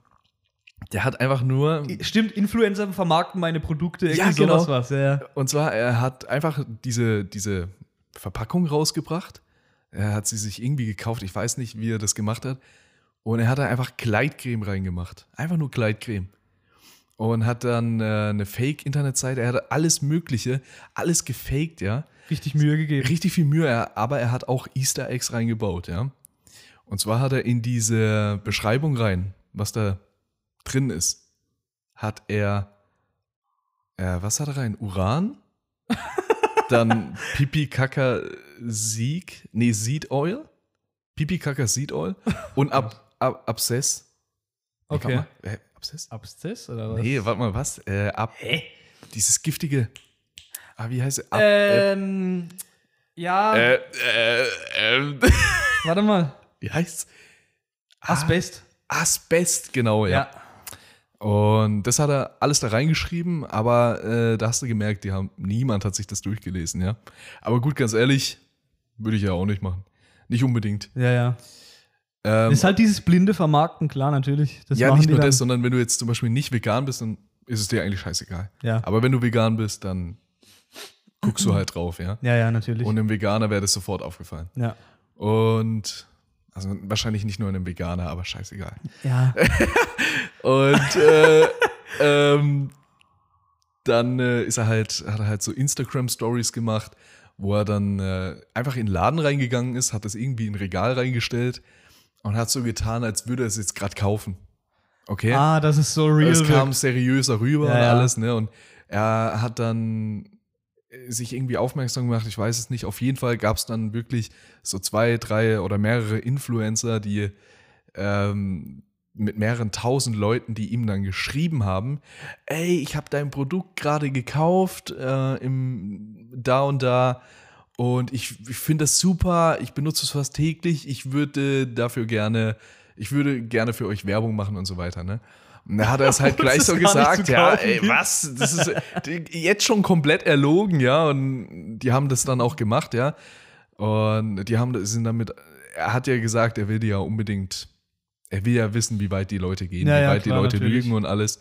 S1: der hat einfach nur
S2: Stimmt, Influencer vermarkten meine Produkte.
S1: Ja,
S2: irgendwie
S1: genau.
S2: sowas was. Ja, ja.
S1: Und zwar, er hat einfach diese, diese Verpackung rausgebracht. Er hat sie sich irgendwie gekauft. Ich weiß nicht, wie er das gemacht hat. Und er hat da einfach Gleitcreme reingemacht. Einfach nur Gleitcreme. Und hat dann äh, eine Fake-Internetseite. Er hatte alles Mögliche, alles gefaked, ja.
S2: Richtig Mühe gegeben.
S1: Richtig viel Mühe, er- aber er hat auch Easter Eggs reingebaut, ja. Und zwar hat er in diese Beschreibung rein, was da drin ist, hat er, äh, was hat er rein? Uran? Dann Pipi Kaka Sieg, nee, Seed Oil? Pipi Kaka Seed Oil und Ab, Ab, Abszess. Nee,
S2: Okay.
S1: warte mal, äh, Abszess?
S2: Abszess oder was?
S1: Nee, warte mal, was? Äh, ab,
S2: Hä?
S1: dieses giftige. Ah, wie heißt es? Ab,
S2: Ähm, ja,
S1: äh, äh, äh,
S2: warte mal.
S1: wie heißt's?
S2: Asbest.
S1: Ah, Asbest, genau, ja.
S2: ja.
S1: Und das hat er alles da reingeschrieben, aber äh, da hast du gemerkt, die haben, niemand hat sich das durchgelesen, ja. Aber gut, ganz ehrlich, würde ich ja auch nicht machen. Nicht unbedingt.
S2: Ja, ja.
S1: Ähm,
S2: ist halt dieses blinde Vermarkten, klar, natürlich. Das
S1: ja,
S2: machen
S1: nicht
S2: die
S1: nur
S2: dann.
S1: das, sondern wenn du jetzt zum Beispiel nicht vegan bist, dann ist es dir eigentlich scheißegal.
S2: Ja.
S1: Aber wenn du vegan bist, dann guckst du halt drauf, ja.
S2: ja, ja, natürlich.
S1: Und einem Veganer wäre das sofort aufgefallen.
S2: ja.
S1: Und also wahrscheinlich nicht nur einem Veganer, aber scheißegal.
S2: Ja.
S1: Und äh, ähm, dann äh, ist er halt, hat er halt so Instagram-Stories gemacht, wo er dann äh, einfach in den Laden reingegangen ist, hat das irgendwie in ein Regal reingestellt und hat so getan, als würde er es jetzt gerade kaufen. Okay?
S2: Ah, das ist so real.
S1: es kam
S2: wirkt.
S1: seriöser rüber
S2: Ja,
S1: und
S2: ja.
S1: alles, ne? Und er hat dann äh, sich irgendwie aufmerksam gemacht, ich weiß es nicht. Auf jeden Fall gab es dann wirklich so zwei, drei oder mehrere Influencer, die ähm, mit mehreren tausend Leuten, die ihm dann geschrieben haben, ey, ich habe dein Produkt gerade gekauft, äh, im da und da und ich, ich finde das super, ich benutze es fast täglich, ich würde dafür gerne, ich würde gerne für euch Werbung machen und so weiter, ne? Und da hat er es halt
S2: Obwohl es
S1: gleich so
S2: das gar
S1: gesagt,
S2: nicht zu
S1: ja,
S2: kaufen
S1: ey,
S2: gibt.
S1: was? Das ist die- jetzt schon komplett erlogen, ja, und die haben das dann auch gemacht, ja. Und die haben sind damit, er hat ja gesagt, er will die ja unbedingt, er will ja wissen, wie weit die Leute gehen,
S2: Ja,
S1: wie
S2: ja,
S1: weit
S2: klar,
S1: die Leute
S2: natürlich.
S1: lügen und alles.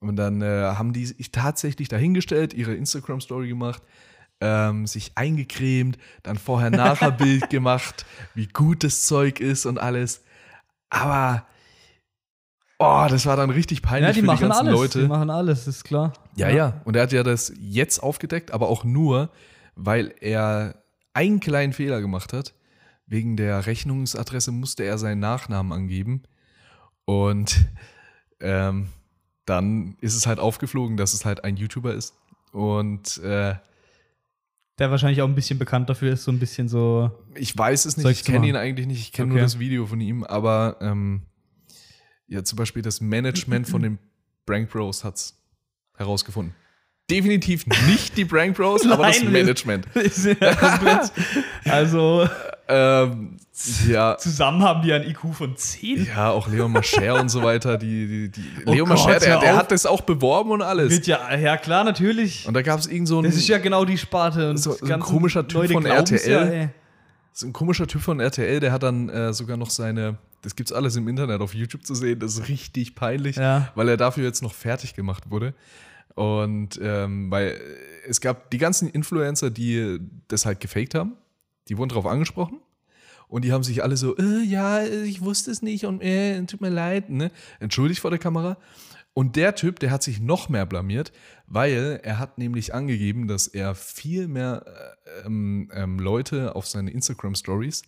S1: Und dann äh, haben die sich tatsächlich dahingestellt, ihre Instagram-Story gemacht, ähm, sich eingecremt, dann vorher-nachher-Bild gemacht, wie gut das Zeug ist und alles. Aber, oh, das war dann richtig peinlich
S2: Ja,
S1: für
S2: die
S1: die
S2: machen
S1: ganzen
S2: alles.
S1: Leute.
S2: Die machen alles, ist klar.
S1: Ja, ja. Und er hat ja das jetzt aufgedeckt, aber auch nur, weil er einen kleinen Fehler gemacht hat, wegen der Rechnungsadresse musste er seinen Nachnamen angeben. Und ähm, dann ist es halt aufgeflogen, dass es halt ein YouTuber ist. Und äh,
S2: Der wahrscheinlich auch ein bisschen bekannt dafür ist, so ein bisschen so.
S1: ich weiß es nicht,
S2: Soll
S1: ich
S2: ich's
S1: kenne ihn
S2: machen?
S1: eigentlich nicht, ich kenne nur
S2: Okay.
S1: das Video von ihm, aber ähm, ja, zum Beispiel das Management von den Brank Bros hat es herausgefunden. Definitiv nicht die Brank Bros, aber das
S2: Nein.
S1: Management.
S2: Ist ja komplett- also
S1: Ähm, ja,
S2: zusammen haben die ein IQ von 10.
S1: ja, auch Leon Mascher und so weiter, die, die, die
S2: Oh
S1: Leon
S2: Gott,
S1: Mascher, der,
S2: hör
S1: der
S2: auf.
S1: hat das auch beworben und alles.
S2: Wird ja, ja klar, natürlich.
S1: Und da gab es irgend so einen,
S2: Das ist ja genau die Sparte. Und
S1: So-
S2: die
S1: so ein
S2: ganzen
S1: komischer Typ von
S2: glauben's
S1: RTL.
S2: ey.
S1: so ein komischer Typ von RTL, der hat dann äh, sogar noch seine, das gibt's alles im Internet auf YouTube zu sehen, das ist richtig peinlich,
S2: Ja.
S1: weil er dafür jetzt noch fertig gemacht wurde. Und ähm, weil es gab die ganzen Influencer, die das halt gefaked haben, die wurden drauf angesprochen. Und die haben sich alle so, äh, ja, ich wusste es nicht und äh, tut mir leid, ne? Entschuldigt vor der Kamera. Und der Typ, der hat sich noch mehr blamiert, weil er hat nämlich angegeben, dass er viel mehr äh, ähm, ähm, Leute auf seine Instagram-Stories,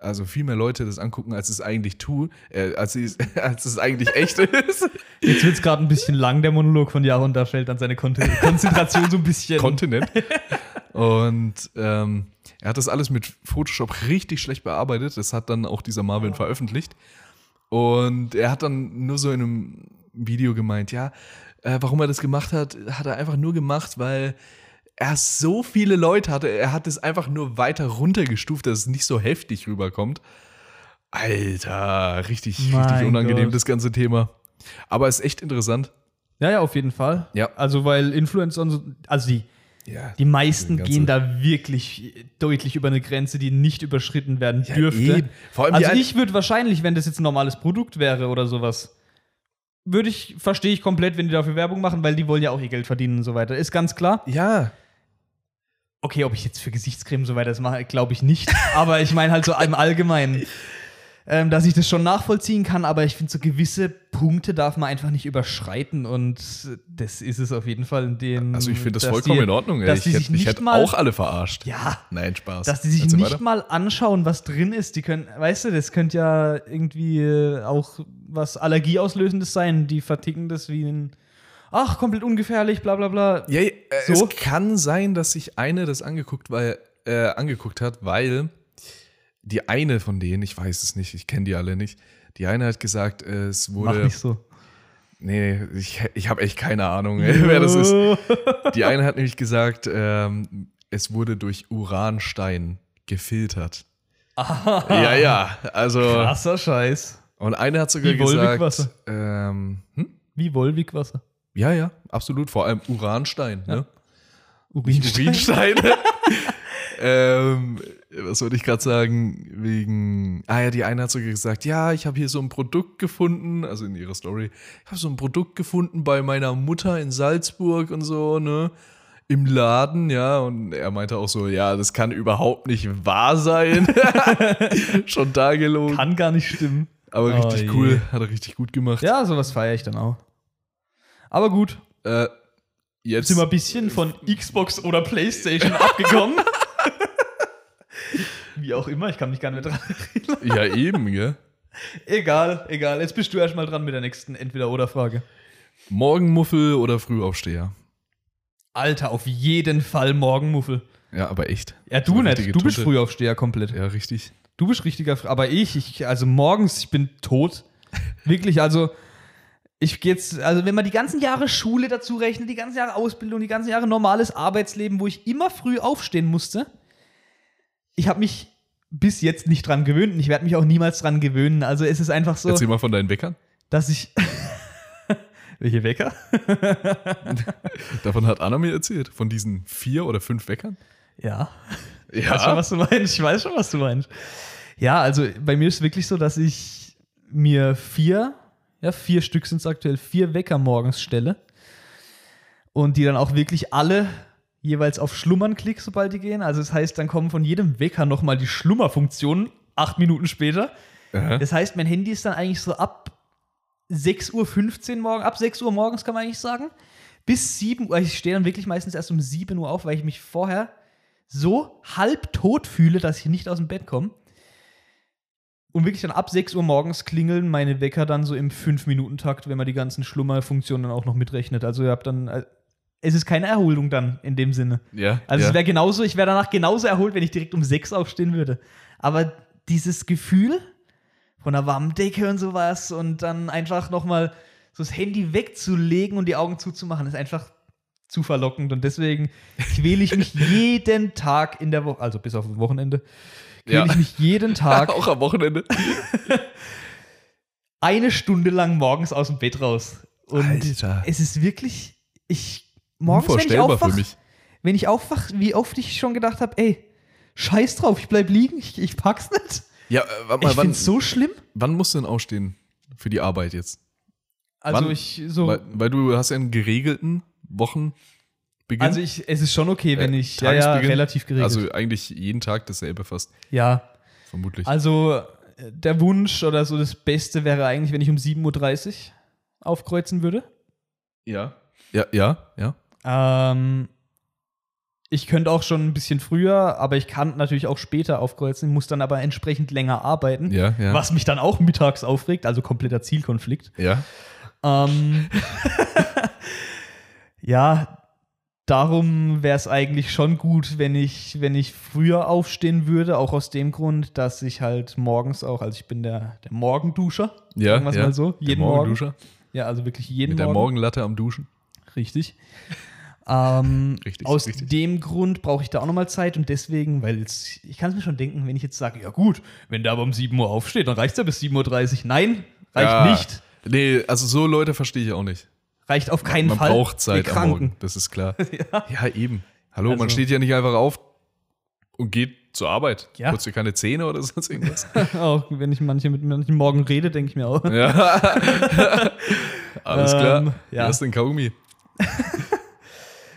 S1: also viel mehr Leute das angucken, als es eigentlich tu, äh, als, es, als es eigentlich echt ist.
S2: Jetzt wird es gerade ein bisschen lang, der Monolog von Jaron, da fällt dann seine Kon Konzentration so ein bisschen.
S1: Kontinent. Und ähm, er hat das alles mit Photoshop richtig schlecht bearbeitet. Das hat dann auch dieser Marvin veröffentlicht. Und er hat dann nur so in einem Video gemeint, ja, äh, warum er das gemacht hat, hat er einfach nur gemacht, weil er so viele Leute hatte. Er hat es einfach nur weiter runtergestuft, dass es nicht so heftig rüberkommt. Alter, richtig,
S2: Mein
S1: richtig unangenehm,
S2: Gott.
S1: das ganze Thema. Aber ist echt interessant.
S2: ja, ja, auf jeden Fall.
S1: Ja.
S2: Also, weil Influencer, und so- also die,
S1: Ja,
S2: die meisten
S1: Ganze-
S2: gehen da wirklich deutlich über eine Grenze, die nicht überschritten werden dürfte.
S1: eben. Vor allem die
S2: also
S1: ein-
S2: ich würde wahrscheinlich, wenn das jetzt ein normales Produkt wäre oder sowas, würde ich, verstehe ich komplett, wenn die dafür Werbung machen, weil die wollen ja auch ihr Geld verdienen und so weiter. Ist ganz klar.
S1: ja,
S2: Okay, ob ich jetzt für Gesichtscreme und so weiter das mache, glaube ich nicht. aber ich meine halt so im Allgemeinen, ähm, dass ich das schon nachvollziehen kann, aber ich finde, so gewisse Punkte darf man einfach nicht überschreiten und das ist es auf jeden Fall in dem.
S1: Also ich finde das
S2: dass
S1: vollkommen
S2: die,
S1: in Ordnung. ey.
S2: dass
S1: ich
S2: die sich
S1: hätte, ich
S2: nicht
S1: hätte
S2: mal-
S1: auch alle verarscht.
S2: Ja,
S1: Nein, Spaß.
S2: dass die sich
S1: Erzähl
S2: nicht
S1: weiter.
S2: mal anschauen, was drin ist. Die können, weißt du, das könnte ja irgendwie äh, auch was Allergieauslösendes sein. Die verticken das wie ein, ach, komplett ungefährlich, bla bla bla.
S1: Ja, ja, äh,
S2: So?
S1: Es kann sein, dass sich eine das angeguckt, weil, äh, angeguckt hat, weil die eine von denen, ich weiß es nicht, ich kenne die alle nicht, die eine hat gesagt, äh, es
S2: Mach
S1: wurde.
S2: nicht so.
S1: Nee, ich, ich habe echt keine Ahnung, ey, wer das ist. Die eine hat nämlich gesagt, ähm, es wurde durch Uranstein gefiltert.
S2: Ah.
S1: Ja, ja. Also.
S2: Krasser Scheiß.
S1: Und eine hat sogar
S2: Wie
S1: gesagt.
S2: Wolwig-Wasser.
S1: Ähm, hm?
S2: Wie Wolwigwasser.
S1: Ja, ja, absolut. Vor allem Uranstein. Ne?
S2: Urinstein.
S1: Urinstein. ähm, was wollte ich gerade sagen? Wegen. Ah ja, die eine hat sogar gesagt: Ja, ich habe hier so ein Produkt gefunden, also in ihrer Story. Ich habe so ein Produkt gefunden bei meiner Mutter in Salzburg und so, ne? Im Laden, ja. Und er meinte auch so: Ja, das kann überhaupt nicht wahr sein. Schon da gelogen.
S2: Kann gar nicht stimmen.
S1: Aber
S2: Oh
S1: richtig
S2: je.
S1: cool. Hat er richtig gut gemacht.
S2: Ja, sowas feiere ich dann auch. Aber gut,
S1: Äh, jetzt.
S2: sind wir ein bisschen von Xbox oder Playstation abgekommen. Wie auch immer, ich kann mich gar nicht mehr dran erinnern.
S1: ja, eben, gell?
S2: Egal, egal. Jetzt bist du erstmal dran mit der nächsten Entweder-Oder-Frage.
S1: Morgenmuffel oder Frühaufsteher?
S2: Alter, auf jeden Fall Morgenmuffel.
S1: Ja, aber echt.
S2: Ja,
S1: So
S2: du
S1: eine
S2: nicht.
S1: richtige
S2: Du bist
S1: Tunte.
S2: Frühaufsteher komplett.
S1: Ja, richtig.
S2: Du bist richtiger. Fr- Aber ich, ich, also morgens, ich bin tot. Wirklich, also ich gehe jetzt, also wenn man die ganzen Jahre Schule dazu rechnet, die ganzen Jahre Ausbildung, die ganzen Jahre normales Arbeitsleben, wo ich immer früh aufstehen musste, ich habe mich bis jetzt nicht dran gewöhnt und ich werde mich auch niemals dran gewöhnen. Also es ist einfach so,
S1: Erzähl mal von deinen Weckern.
S2: dass ich. Welche Wecker?
S1: Davon hat Anna mir erzählt. Von diesen vier oder fünf Weckern.
S2: Ja. Ich
S1: Ja.
S2: weiß schon, was du meinst. Ich weiß schon, was du meinst. Ja, also bei mir ist es wirklich so, dass ich mir vier, ja, vier Stück sind es aktuell, vier Wecker morgens stelle. Und die dann auch wirklich alle jeweils auf Schlummern klick, sobald die gehen. Also das heißt, dann kommen von jedem Wecker nochmal die Schlummerfunktionen acht Minuten später.
S1: Aha.
S2: Das heißt, mein Handy ist dann eigentlich so ab 6.15 Uhr morgen, ab 6 Uhr morgens kann man eigentlich sagen, bis 7 Uhr. also Ich stehe dann wirklich meistens erst um 7 Uhr auf, weil ich mich vorher so halb tot fühle, dass ich nicht aus dem Bett komme. Und wirklich dann ab 6 Uhr morgens klingeln meine Wecker dann so im 5-Minuten-Takt, wenn man die ganzen Schlummerfunktionen auch noch mitrechnet. Also ihr habt dann. äh, Es ist keine Erholung dann in dem Sinne.
S1: Ja.
S2: Also es
S1: ja.
S2: wäre genauso, ich wäre danach genauso erholt, wenn ich direkt um 6 aufstehen würde. Aber dieses Gefühl von einer warmen Decke und sowas und dann einfach nochmal so das Handy wegzulegen und die Augen zuzumachen, ist einfach zu verlockend. Und deswegen quäle ich mich jeden Tag in der Woche, also bis auf das Wochenende, quäle
S1: Ja.
S2: ich mich jeden Tag
S1: auch am Wochenende.
S2: eine Stunde lang morgens aus dem Bett raus. Und
S1: Alter.
S2: es ist wirklich, ich morgens, wenn ich
S1: Unvorstellbar
S2: aufwach,
S1: für mich.
S2: wenn ich aufwach, wie oft ich schon gedacht habe, ey, scheiß drauf, ich bleib liegen, ich, ich pack's nicht.
S1: Ja, äh, warte
S2: Ich
S1: mal, wann,
S2: find's so schlimm.
S1: wann musst du denn ausstehen für die Arbeit jetzt?
S2: Also
S1: Wann?
S2: ich so,
S1: Weil, weil du hast ja einen geregelten Wochenbeginn.
S2: also ich, es ist schon okay, wenn
S1: Äh,
S2: ich ja, ja,
S1: Tagesbeginn?
S2: relativ geregelt.
S1: Also eigentlich jeden Tag dasselbe fast,
S2: ja,
S1: vermutlich.
S2: also äh, der Wunsch oder so das Beste wäre eigentlich, wenn ich um 7.30 Uhr aufkreuzen würde.
S1: ja. Ja, ja, ja.
S2: Ähm, ich könnte auch schon ein bisschen früher, aber ich kann natürlich auch später aufkreuzen, muss dann aber entsprechend länger arbeiten,
S1: Ja, ja.
S2: was mich dann auch mittags aufregt, also kompletter Zielkonflikt.
S1: Ja.
S2: Ähm, ja, darum wäre es eigentlich schon gut, wenn ich, wenn ich früher aufstehen würde, auch aus dem Grund, dass ich halt morgens auch, also ich bin der, der Morgenduscher,
S1: Ja,
S2: sagen wir's
S1: ja.
S2: mal so,
S1: Der
S2: jeden Morgen.
S1: Morgenduscher.
S2: Ja, also wirklich jeden
S1: Mit der
S2: Morgen.
S1: Morgenlatte am Duschen.
S2: Richtig. Ähm,
S1: Richtig,
S2: aus
S1: richtig.
S2: dem Grund brauche ich da auch nochmal Zeit und deswegen, weil jetzt, ich kann es mir schon denken, wenn ich jetzt sage, ja gut, wenn der aber um 7 Uhr aufsteht, dann reicht es ja bis 7.30 Uhr. Nein, reicht
S1: Ja.
S2: nicht.
S1: Nee, also so Leute verstehe ich auch nicht.
S2: Reicht auf keinen
S1: man
S2: Fall.
S1: braucht
S2: Wir
S1: Zeit am
S2: Kranken.
S1: Morgen, das ist klar. ja. eben. Hallo, man
S2: Also-
S1: steht ja nicht einfach auf und geht zur Arbeit.
S2: Ja.
S1: Putzt dir keine Zähne oder sonst irgendwas.
S2: Auch wenn ich manche mit manchen morgen rede, denke ich mir auch.
S1: ja. Alles klar.
S2: Ähm, ja.
S1: Ja. Erst den Kaugummi.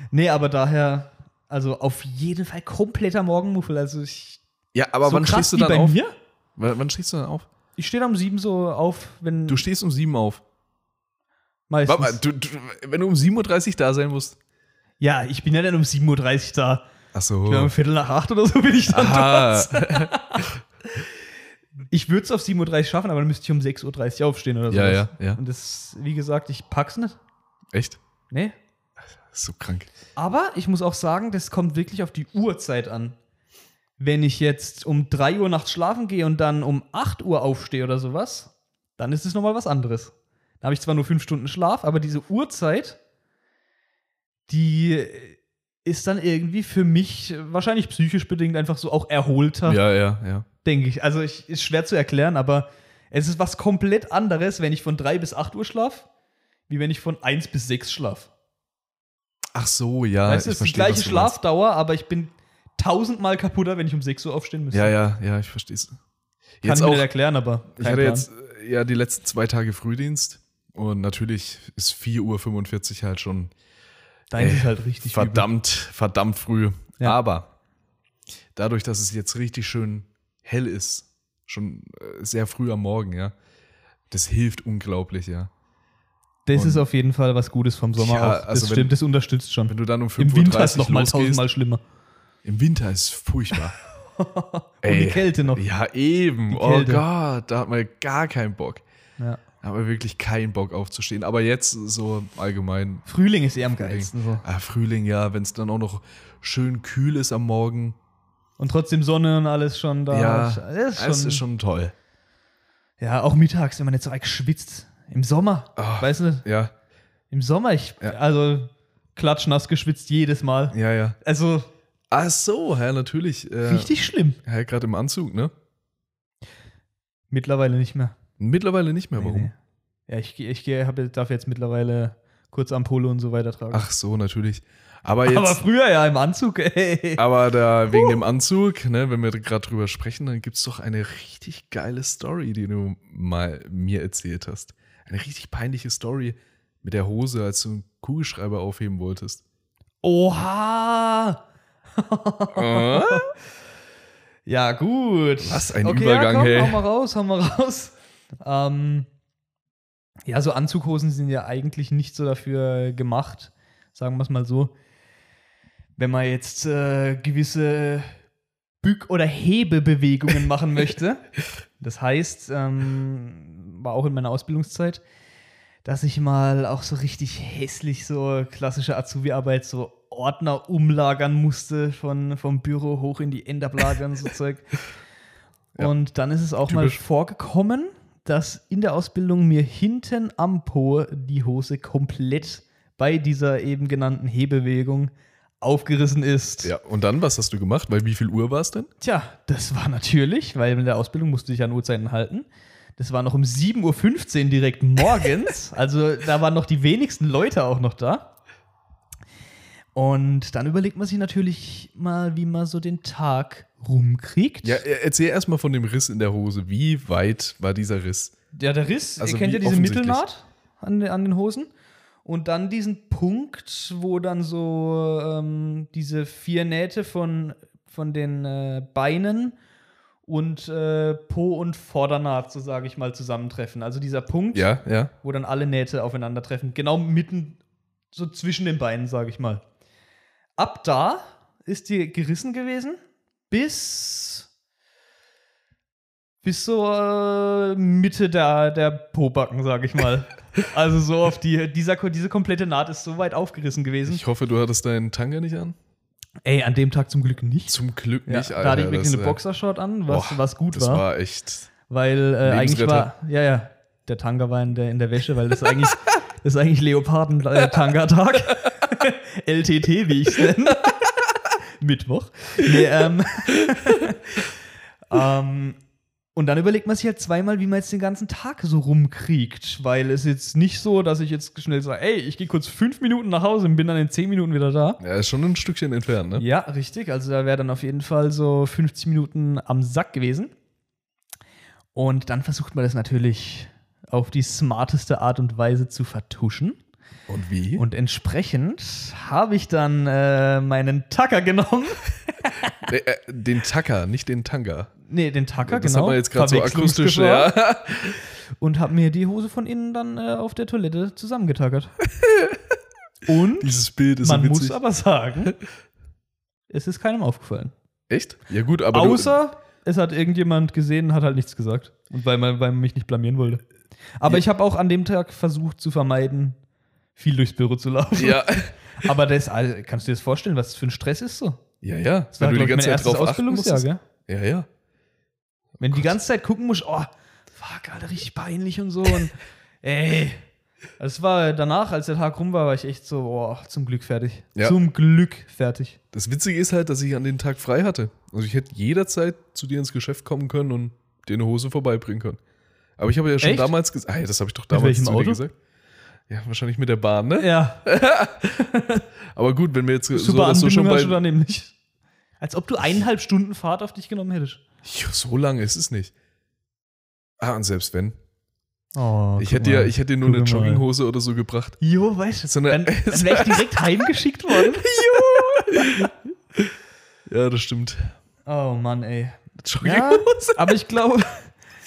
S2: Nee, aber daher, also auf jeden Fall kompletter Morgenmuffel. Also ich.
S1: Ja, aber
S2: so
S1: wann
S2: krass
S1: stehst du
S2: wie
S1: dann
S2: bei
S1: auf?
S2: Mir?
S1: Wann, wann stehst du dann auf?
S2: Ich stehe um sieben so auf, wenn
S1: Du stehst um sieben auf.
S2: meistens.
S1: Warte mal, du, du, wenn du um 7.30 Uhr da sein musst.
S2: ja, ich bin ja dann um 7.30 Uhr da.
S1: Ach
S2: Ich bin um
S1: so.
S2: Viertel nach acht oder so bin ich dann
S1: Oh. Aha.
S2: dort. Ich würde es auf 7.30 Uhr schaffen, aber dann müsste ich um 6.30 Uhr aufstehen oder so.
S1: Ja, ja, ja.
S2: Und das, wie gesagt, ich pack's nicht.
S1: Echt?
S2: Nee.
S1: Das ist so krank.
S2: Aber ich muss auch sagen, das kommt wirklich auf die Uhrzeit an. Wenn ich jetzt um 3 Uhr nachts schlafen gehe und dann um 8 Uhr aufstehe oder sowas, dann ist es nochmal was anderes. Da habe ich zwar nur 5 Stunden Schlaf, aber diese Uhrzeit, die ist dann irgendwie für mich wahrscheinlich psychisch bedingt einfach so auch erholter,
S1: Ja, ja, ja.
S2: denke ich. Also ich, ist schwer zu erklären, aber es ist was komplett anderes, wenn ich von 3 bis 8 Uhr schlafe, wie wenn ich von 1 bis 6 schlafe.
S1: Ach so, ja.
S2: Weißt du,
S1: Ah, ich
S2: es ist
S1: verstehe,
S2: die gleiche
S1: was du meinst.
S2: Schlafdauer, aber ich bin tausendmal kaputter, wenn ich um 6 Uhr aufstehen müsste.
S1: Ja, ja, ja, ich verstehe es.
S2: Kann ich mir nicht erklären, aber
S1: Ich
S2: kein
S1: hatte
S2: Plan.
S1: jetzt äh, ja die letzten zwei Tage Frühdienst und natürlich ist 4.45 Uhr halt schon
S2: Deins
S1: ey,
S2: ist halt richtig
S1: verdammt, verdammt früh.
S2: Ja.
S1: Aber dadurch, dass es jetzt richtig schön hell ist, schon äh, sehr früh am Morgen, ja, das hilft unglaublich, ja.
S2: Übel. Das
S1: Und-
S2: ist auf jeden Fall was Gutes vom Sommer
S1: Ja,
S2: aus. Das
S1: also wenn-
S2: stimmt, das unterstützt schon.
S1: Wenn du dann um 5.30 Uhr
S2: Im Winter ist noch mal
S1: losgehst-
S2: tausendmal schlimmer.
S1: Im Winter ist furchtbar.
S2: Und die Kälte noch.
S1: Ja, eben.
S2: Die
S1: Oh
S2: Kälte.
S1: Gott, da hat man gar keinen Bock.
S2: Ja.
S1: Da hat man wirklich keinen Bock aufzustehen. Aber jetzt so allgemein
S2: Frühling ist eher am
S1: Frühling.
S2: geilsten. So.
S1: Ah, Frühling, ja, wenn es dann auch noch schön kühl ist am Morgen.
S2: Und trotzdem Sonne und alles schon da.
S1: ja,
S2: das ist schon,
S1: es ist schon toll.
S2: Ja, auch mittags, wenn man jetzt so arg schwitzt. Im Sommer.
S1: Ah.
S2: Weißt du,
S1: Ja,
S2: im Sommer, ich,
S1: Ja.
S2: also klatschnass geschwitzt jedes Mal.
S1: ja, ja.
S2: Also
S1: Ach so, ja, natürlich. Äh,
S2: richtig schlimm.
S1: Ja, gerade im Anzug, ne?
S2: Mittlerweile nicht mehr.
S1: Mittlerweile nicht mehr, warum?
S2: Nee, nee. Ja, ich, geh- ich geh- hab, jetzt- darf jetzt mittlerweile kurz Polo und so weiter tragen.
S1: Ach so, natürlich. Aber jetzt,
S2: Aber
S1: aber,
S2: früher ja im Anzug, ey.
S1: da wegen dem Anzug, ne, wenn wir gerade drüber sprechen, dann gibt es doch eine richtig geile Story, die du mal mir erzählt hast. Eine richtig peinliche Story mit der Hose, als du einen Kugelschreiber aufheben wolltest.
S2: Oha!
S1: Äh?
S2: Ja, gut.
S1: Was ein Übergang,
S2: ja, komm,
S1: hey.
S2: Hau mal raus, hau mal raus. Ähm, ja, so Anzughosen sind ja eigentlich nicht so dafür gemacht, sagen wir es mal so. Wenn man jetzt äh, gewisse Bück- oder Hebebewegungen machen möchte. Das heißt, ähm, war auch in meiner Ausbildungszeit, dass ich mal auch so richtig hässlich so klassische Azubi-Arbeit so Ordner umlagern musste von, vom Büro hoch in die Endablage und so Zeug.
S1: Ja.
S2: Und dann ist es auch mal
S1: Typisch.
S2: vorgekommen, dass in der Ausbildung mir hinten am Po die Hose komplett bei dieser eben genannten Hebewegung aufgerissen ist.
S1: Ja, und dann, was hast du gemacht? Weil wie viel Uhr war es denn?
S2: Tja, das war natürlich, weil in der Ausbildung musste ich an Uhrzeiten halten. Das war noch um 7.15 Uhr direkt morgens. also da waren noch die wenigsten Leute auch noch da. Und dann überlegt man sich natürlich mal, wie man so den Tag rumkriegt.
S1: Ja, er- erzähl erstmal von dem Riss in der Hose. Wie weit war dieser Riss?
S2: Ja, der Riss,
S1: Also
S2: ihr kennt
S1: wie
S2: ja diese
S1: offensichtlich?
S2: Mittelnaht an, den- an den Hosen. Und dann diesen Punkt, wo dann so ähm, diese vier Nähte von, von den äh, Beinen und äh, Po und Vordernaht, so sage ich mal, zusammentreffen. Also dieser Punkt,
S1: Ja, ja.
S2: wo dann alle Nähte aufeinandertreffen. Genau mitten, so zwischen den Beinen, sage ich mal. Ab da ist die gerissen gewesen bis, bis so äh, Mitte der, der Pobacken, sage ich mal. also so auf die, dieser, diese komplette Naht ist so weit aufgerissen gewesen.
S1: Ich hoffe, du hattest deinen Tanga nicht an.
S2: Ey, an dem Tag zum Glück nicht.
S1: Zum Glück
S2: Ja,
S1: nicht,
S2: da hatte ich wirklich
S1: das,
S2: eine
S1: äh,
S2: Boxershort an, was,
S1: boah,
S2: was gut
S1: Das war, echt.
S2: Weil äh, eigentlich war,
S1: Lebensretter.
S2: ja, ja, der Tanga war in der, in der Wäsche, weil das ist eigentlich, das ist eigentlich äh, Leoparden-Tanga-Tag. LTT, wie ich es nenne. Mittwoch. Nee, ähm, ähm, und dann überlegt man sich halt zweimal, wie man jetzt den ganzen Tag so rumkriegt. Weil es jetzt nicht so, dass ich jetzt schnell sage, ey, ich gehe kurz fünf Minuten nach Hause und bin dann in zehn Minuten wieder da.
S1: Ja, ist schon ein Stückchen entfernt, ne?
S2: Ja, richtig. Also da wäre dann auf jeden Fall so 50 Minuten am Sack gewesen. Und dann versucht man das natürlich auf die smarteste Art und Weise zu vertuschen.
S1: Und wie?
S2: Und entsprechend habe ich dann äh, meinen Tacker genommen.
S1: Der, äh, den Tacker, nicht den Tanga.
S2: Nee, den Tacker,
S1: das
S2: genau.
S1: haben wir jetzt gerade so akustisch.
S2: Verwechslungsgefahr.
S1: Ja.
S2: Und habe mir die Hose von innen dann äh, auf der Toilette zusammengetackert. Und
S1: Dieses Bild ist so
S2: man
S1: witzig.
S2: muss aber sagen, es ist keinem aufgefallen.
S1: Echt? Ja, gut, aber.
S2: Außer es hat irgendjemand gesehen, hat halt nichts gesagt. Und weil man, weil man mich nicht blamieren wollte. Aber
S1: Ja.
S2: ich habe auch an dem Tag versucht zu vermeiden, viel durchs Büro zu laufen.
S1: Du, ja,
S2: Aber das, also, kannst du dir das vorstellen, was das für ein Stress ist so?
S1: ja, ja.
S2: Das war, glaub ich, mein erstes Ausbildungsjahr,
S1: musstest.
S2: gell?
S1: Ja, ja.
S2: Wenn du die ganze Zeit gucken musst, oh, fuck, Alter, richtig peinlich und so. Und, ey. Es war danach, als der Tag rum war, war ich echt so, oh, zum Glück fertig.
S1: Ja.
S2: Zum Glück fertig.
S1: Das Witzige ist halt, dass ich an den Tag frei hatte. Also ich hätte jederzeit zu dir ins Geschäft kommen können und dir eine Hose vorbeibringen können. Aber ich habe ja schon
S2: Echt?
S1: damals gesagt, ah, ja, das habe ich doch damals
S2: welchem
S1: zu dir
S2: Auto?
S1: gesagt. Ja, wahrscheinlich mit der Bahn, ne?
S2: Ja,
S1: Aber gut, wenn wir jetzt so,
S2: super
S1: dass du
S2: Anbindung
S1: schon bei
S2: hast du da nämlich. Als ob du eineinhalb Stunden Fahrt auf dich genommen hättest.
S1: Jo, so lange ist es nicht. Ah, und selbst wenn.
S2: Oh,
S1: Ich
S2: guck
S1: hätte dir,
S2: mal.
S1: ich hätte dir nur eine
S2: Guck mal.
S1: Jogginghose oder so gebracht.
S2: Jo, weißt du,
S1: So eine-
S2: dann, dann wäre ich direkt heimgeschickt worden.
S1: Ja, das stimmt.
S2: Oh Mann, ey. Ja,
S1: Jogginghose.
S2: aber ich glaube,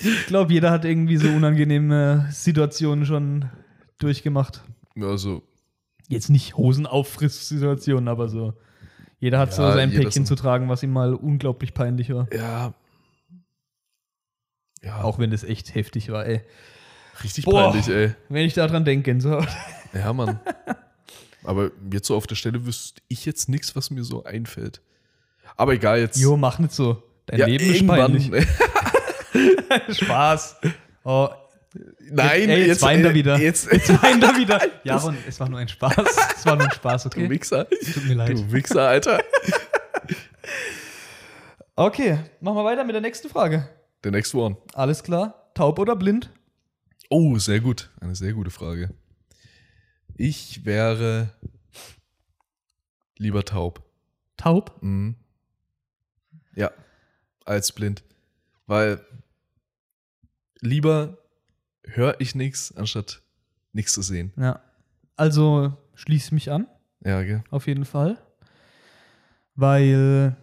S2: ich glaube, jeder hat irgendwie so unangenehme Situationen schon durchgemacht.
S1: Ja. Also,
S2: Jetzt nicht Hosenaufriss-Situationen, aber so. Jeder hat
S1: Ja,
S2: so sein
S1: jeder
S2: Päckchen
S1: so.
S2: zu tragen, was ihm mal unglaublich peinlich war.
S1: ja. Ja,
S2: Auch wenn das echt heftig war, ey.
S1: richtig
S2: Boah.
S1: peinlich, ey.
S2: Wenn ich daran denke, Gänsehaut.
S1: Ja, Mann. Aber jetzt so auf der Stelle wüsste ich jetzt nichts, was mir so einfällt. Aber egal, jetzt.
S2: Jo, mach nicht so. Dein
S1: ja,
S2: Leben ist peinlich. Spaß. Oh,
S1: Nein,
S2: Ey, jetzt weint er
S1: äh,
S2: wieder.
S1: Jetzt,
S2: jetzt weint er wieder. Jaron, es war nur ein Spaß. Es war nur ein Spaß,
S1: du
S2: okay?
S1: Wichser.
S2: Tut mir leid.
S1: Du Wichser, Alter.
S2: Okay, machen wir weiter mit der nächsten Frage.
S1: The next one.
S2: Alles klar, taub oder blind?
S1: Oh, sehr gut. Eine sehr gute Frage. Ich wäre lieber taub.
S2: Taub?
S1: Mhm. Ja, als blind. Weil lieber höre ich nichts, anstatt nichts zu sehen.
S2: Ja. Also schließ mich an,
S1: Ja, gell?
S2: auf jeden Fall. Weil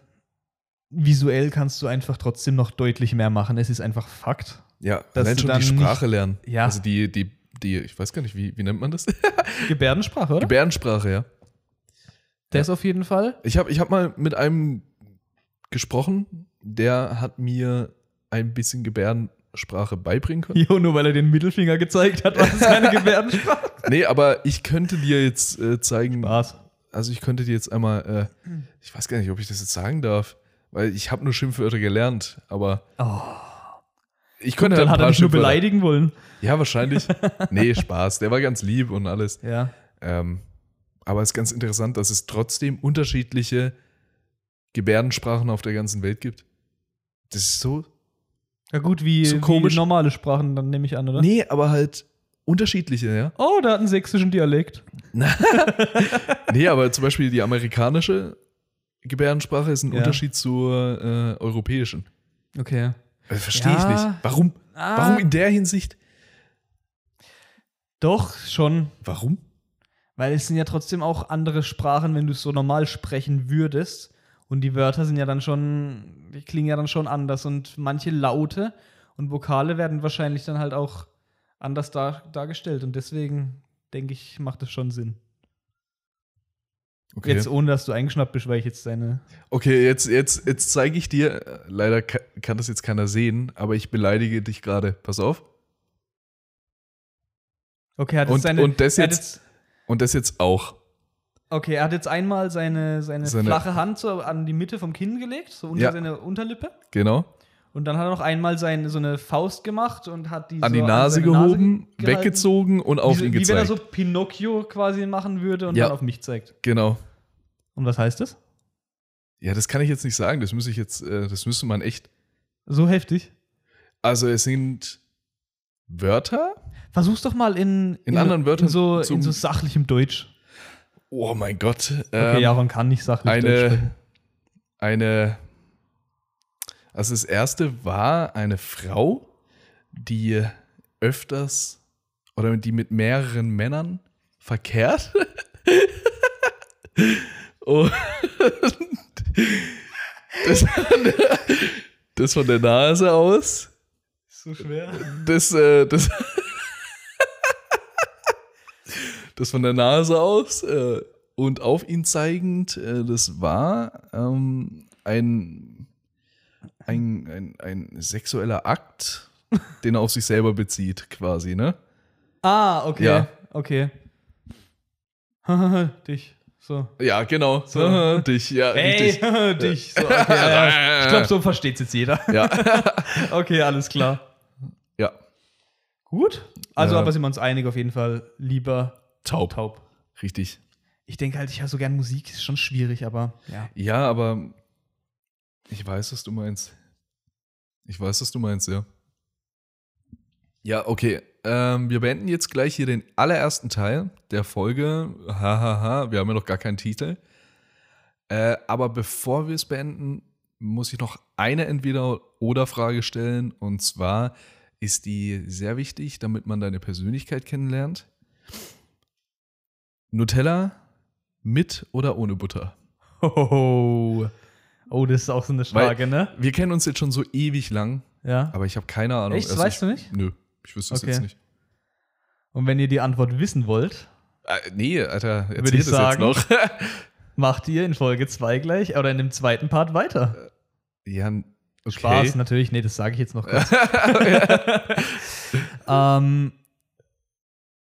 S2: visuell kannst du einfach trotzdem noch deutlich mehr machen. Es ist einfach Fakt.
S1: Ja,
S2: Dass
S1: allein
S2: du
S1: schon
S2: dann
S1: die Sprache lernen.
S2: Ja.
S1: Also die, die, die, ich weiß gar nicht, wie, wie nennt man das?
S2: Gebärdensprache, oder?
S1: Gebärdensprache, ja.
S2: Der ist auf jeden Fall.
S1: Ich habe ich hab mal mit einem gesprochen. Der hat mir ein bisschen Gebärdensprache beibringen können.
S2: Jo, nur weil er den Mittelfinger gezeigt hat, war das keine Gebärdensprache.
S1: Nee, aber ich könnte dir jetzt äh, zeigen,
S2: Spaß.
S1: also ich könnte dir jetzt einmal, äh, ich weiß gar nicht, ob ich das jetzt sagen darf, weil ich habe nur Schimpfwörter gelernt, aber ich könnte
S2: Oh. Dann
S1: halt ein paar
S2: hat er mich nur
S1: Schimpfwörter.
S2: beleidigen wollen.
S1: Ja, wahrscheinlich. nee, Spaß. Der war ganz lieb und alles.
S2: Ja.
S1: Ähm, aber es ist ganz interessant, dass es trotzdem unterschiedliche Gebärdensprachen auf der ganzen Welt gibt. Das ist so.
S2: Ja, gut, wie,
S1: So komisch.
S2: wie normale Sprachen, dann nehme ich an, oder?
S1: Nee, aber halt unterschiedliche, ja.
S2: Oh, der hat einen sächsischen Dialekt.
S1: Nee, aber zum Beispiel die amerikanische Gebärdensprache ist ein
S2: Ja.
S1: Unterschied zur äh, europäischen.
S2: Okay.
S1: Also, Verstehe
S2: Ja.
S1: ich nicht. Warum?
S2: Ah,
S1: Warum in der Hinsicht?
S2: Doch, schon.
S1: Warum?
S2: Weil es sind ja trotzdem auch andere Sprachen, wenn du es so normal sprechen würdest. Und die Wörter sind ja dann schon, die klingen ja dann schon anders. Und manche Laute und Vokale werden wahrscheinlich dann halt auch anders dar dargestellt. Und deswegen denke ich, macht das schon Sinn.
S1: Okay,
S2: Jetzt ohne, dass du eingeschnappt bist, weil ich jetzt deine.
S1: okay jetzt, jetzt, jetzt zeige ich dir, äh, leider ka- kann das jetzt keiner sehen, aber ich beleidige dich gerade. Pass auf.
S2: Okay, er hat jetzt
S1: Und-
S2: seine.
S1: und das
S2: er hat
S1: jetzt- Und das jetzt auch.
S2: Okay, er hat jetzt einmal seine, seine,
S1: Seine-
S2: flache Hand so an die Mitte vom Kinn gelegt, so unter
S1: Ja.
S2: seine Unterlippe.
S1: Genau.
S2: Und dann hat er noch einmal sein, so eine Faust gemacht und hat die
S1: An
S2: so
S1: die Nase
S2: seine Nase
S1: gehoben,
S2: gehalten.
S1: weggezogen und
S2: Wie,
S1: auf
S2: so-
S1: ihn
S2: wie wenn er
S1: gezeigt.
S2: so Pinocchio quasi machen würde und
S1: Ja.
S2: dann auf mich zeigt.
S1: genau.
S2: Und was heißt das?
S1: Ja, das kann ich jetzt nicht sagen. Das müsste ich jetzt, äh, das müsste man echt.
S2: So heftig.
S1: Also es sind Wörter.
S2: Versuch's doch mal in,
S1: In anderen Wörtern
S2: in so,
S1: zu-
S2: in so sachlichem Deutsch.
S1: Oh mein Gott.
S2: Okay,
S1: Ähm,
S2: Jaron kann nicht sachlich Deutsch
S1: eine,
S2: sprechen.
S1: eine. Also das erste war eine Frau, die öfters oder die mit mehreren Männern verkehrt. Und das, das von der Nase aus.
S2: So schwer.
S1: Das, äh, das, das von der Nase aus äh, und auf ihn zeigend, äh, das war ähm, ein, ein, ein, ein sexueller Akt, den er auf sich selber bezieht, quasi, ne?
S2: Ah, okay.
S1: Ja.
S2: Okay. Dich. So.
S1: Ja, genau.
S2: So.
S1: Dich, ja,
S2: Hey,
S1: richtig.
S2: dich. So, okay, ja, ja. Ich glaube, so versteht jetzt jeder.
S1: Ja,
S2: Okay, alles klar.
S1: ja.
S2: Gut. Also,
S1: Ja.
S2: aber sind wir uns einig auf jeden Fall. Lieber
S1: Taub.
S2: taub.
S1: Richtig.
S2: Ich denke halt, ich höre so gern Musik, ist schon schwierig, aber ja.
S1: Ja, aber ich weiß, was du meinst. Ich weiß, was du meinst, ja. Ja, okay. Ähm, wir beenden jetzt gleich hier den allerersten Teil der Folge. Hahaha, wir haben ja noch gar keinen Titel. Äh, aber bevor wir es beenden, muss ich noch eine Entweder-Oder-Frage stellen. Und zwar ist die sehr wichtig, damit man deine Persönlichkeit kennenlernt. Nutella mit oder ohne Butter?
S2: Hohoho. Oh, das ist auch so eine Frage, ne?
S1: Wir kennen uns jetzt schon so ewig lang,
S2: Ja.
S1: aber ich habe keine Ahnung.
S2: Echt, das
S1: Also
S2: weißt du nicht?
S1: ich, Nö, ich wüsste es
S2: Okay.
S1: jetzt nicht.
S2: Und wenn ihr die Antwort wissen wollt,
S1: Äh, nee, Alter,
S2: ich
S1: erzähl das
S2: sagen.
S1: jetzt noch.
S2: macht ihr in Folge 2 gleich oder in dem zweiten Part weiter.
S1: ja, n- okay.
S2: Spaß, ne? natürlich. Nee, das sage ich jetzt noch kurz. ähm,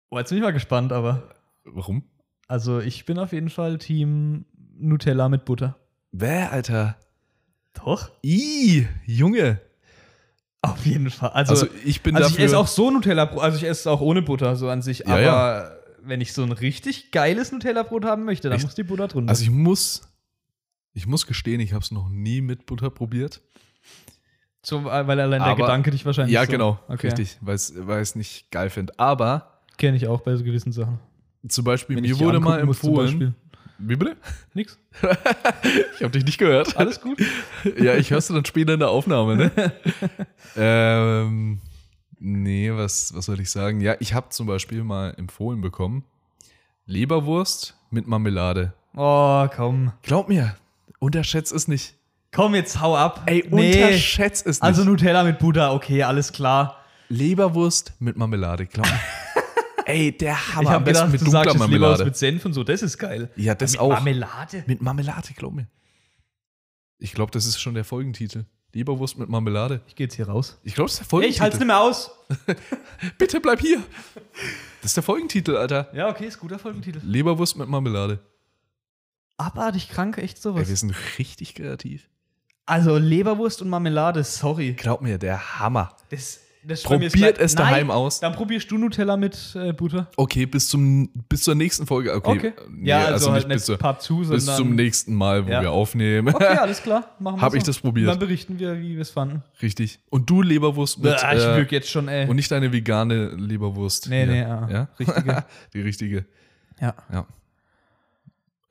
S2: oh, jetzt bin ich mal gespannt, aber.
S1: Warum?
S2: Also, ich bin auf jeden Fall Team Nutella mit Butter.
S1: Bäh, Alter.
S2: Doch?
S1: I, Junge.
S2: Auf jeden Fall.
S1: Also, ich bin
S2: also
S1: dafür.
S2: ich esse auch so Nutella-Brot, also ich esse auch ohne Butter so an sich,
S1: Ja,
S2: aber
S1: ja.
S2: wenn ich so ein richtig geiles Nutella-Brot haben möchte, dann
S1: Echt?
S2: muss die Butter drunter.
S1: also ich muss, ich muss gestehen, ich habe es noch nie mit Butter probiert.
S2: so, weil allein der
S1: aber-
S2: Gedanke dich wahrscheinlich
S1: Ja,
S2: so.
S1: genau,
S2: okay.
S1: richtig, weil ich es nicht geil finde. Aber
S2: Kenne ich auch bei so gewissen Sachen.
S1: zum Beispiel,
S2: Wenn ich
S1: mir
S2: die
S1: wurde mal
S2: angucken muss zum
S1: empfohlen.
S2: Beispiel.
S1: Wie bitte?
S2: Nix.
S1: Ich habe dich nicht gehört.
S2: Alles gut?
S1: Ja, ich hörst du dann später in der Aufnahme, ne? ähm, nee, was, was soll ich sagen? Ja, ich habe zum Beispiel mal empfohlen bekommen, Leberwurst mit Marmelade.
S2: Oh, komm.
S1: Glaub mir, unterschätzt es nicht.
S2: Komm, jetzt hau ab.
S1: Ey,
S2: nee.
S1: unterschätzt es nicht.
S2: Also Nutella mit Butter, okay, alles klar.
S1: Leberwurst mit Marmelade, glaub mir. Ey, der Hammer.
S2: ich
S1: Am
S2: habe
S1: besten
S2: gedacht, du sagst jetzt lieber was mit Senf und so, das ist geil.
S1: ja, das
S2: mit
S1: auch.
S2: Marmelade?
S1: Mit Marmelade, glaub mir. Ich glaube, das ist schon der Folgentitel. Leberwurst mit Marmelade.
S2: Ich gehe jetzt hier raus.
S1: Ich glaube, das ist der
S2: ich halte es
S1: Folgentitel.
S2: nicht mehr aus.
S1: Bitte bleib hier. Das ist der Folgentitel, Alter.
S2: Ja, okay, ist guter Folgentitel.
S1: Leberwurst mit Marmelade.
S2: Abartig krank, echt
S1: Ey,
S2: sowas.
S1: wir sind richtig kreativ.
S2: also Leberwurst und Marmelade, sorry.
S1: Glaub mir, der Hammer.
S2: Das, das ist bei mir jetzt
S1: Probiert
S2: gleich-
S1: es daheim
S2: Nein,
S1: aus.
S2: Dann probierst du Nutella mit äh, Butter.
S1: Okay, bis, zum, bis zur nächsten Folge. Okay.
S2: Okay.
S1: Nee,
S2: ja, also, halt
S1: nicht bis,
S2: nicht
S1: zur,
S2: ein paar zu, sondern.
S1: bis zum nächsten Mal, wo
S2: Ja.
S1: wir aufnehmen.
S2: Okay, alles klar. Machen wir
S1: Hab
S2: so.
S1: ich das probiert.
S2: Dann berichten wir, wie wir es fanden.
S1: Richtig. Und du Leberwurst mit.
S2: Bäh, ich
S1: äh,
S2: würg jetzt schon, ey.
S1: und nicht deine vegane Leberwurst.
S2: Nee,
S1: hier.
S2: nee, ja.
S1: ja.
S2: Richtige.
S1: Die richtige.
S2: ja.
S1: Ja.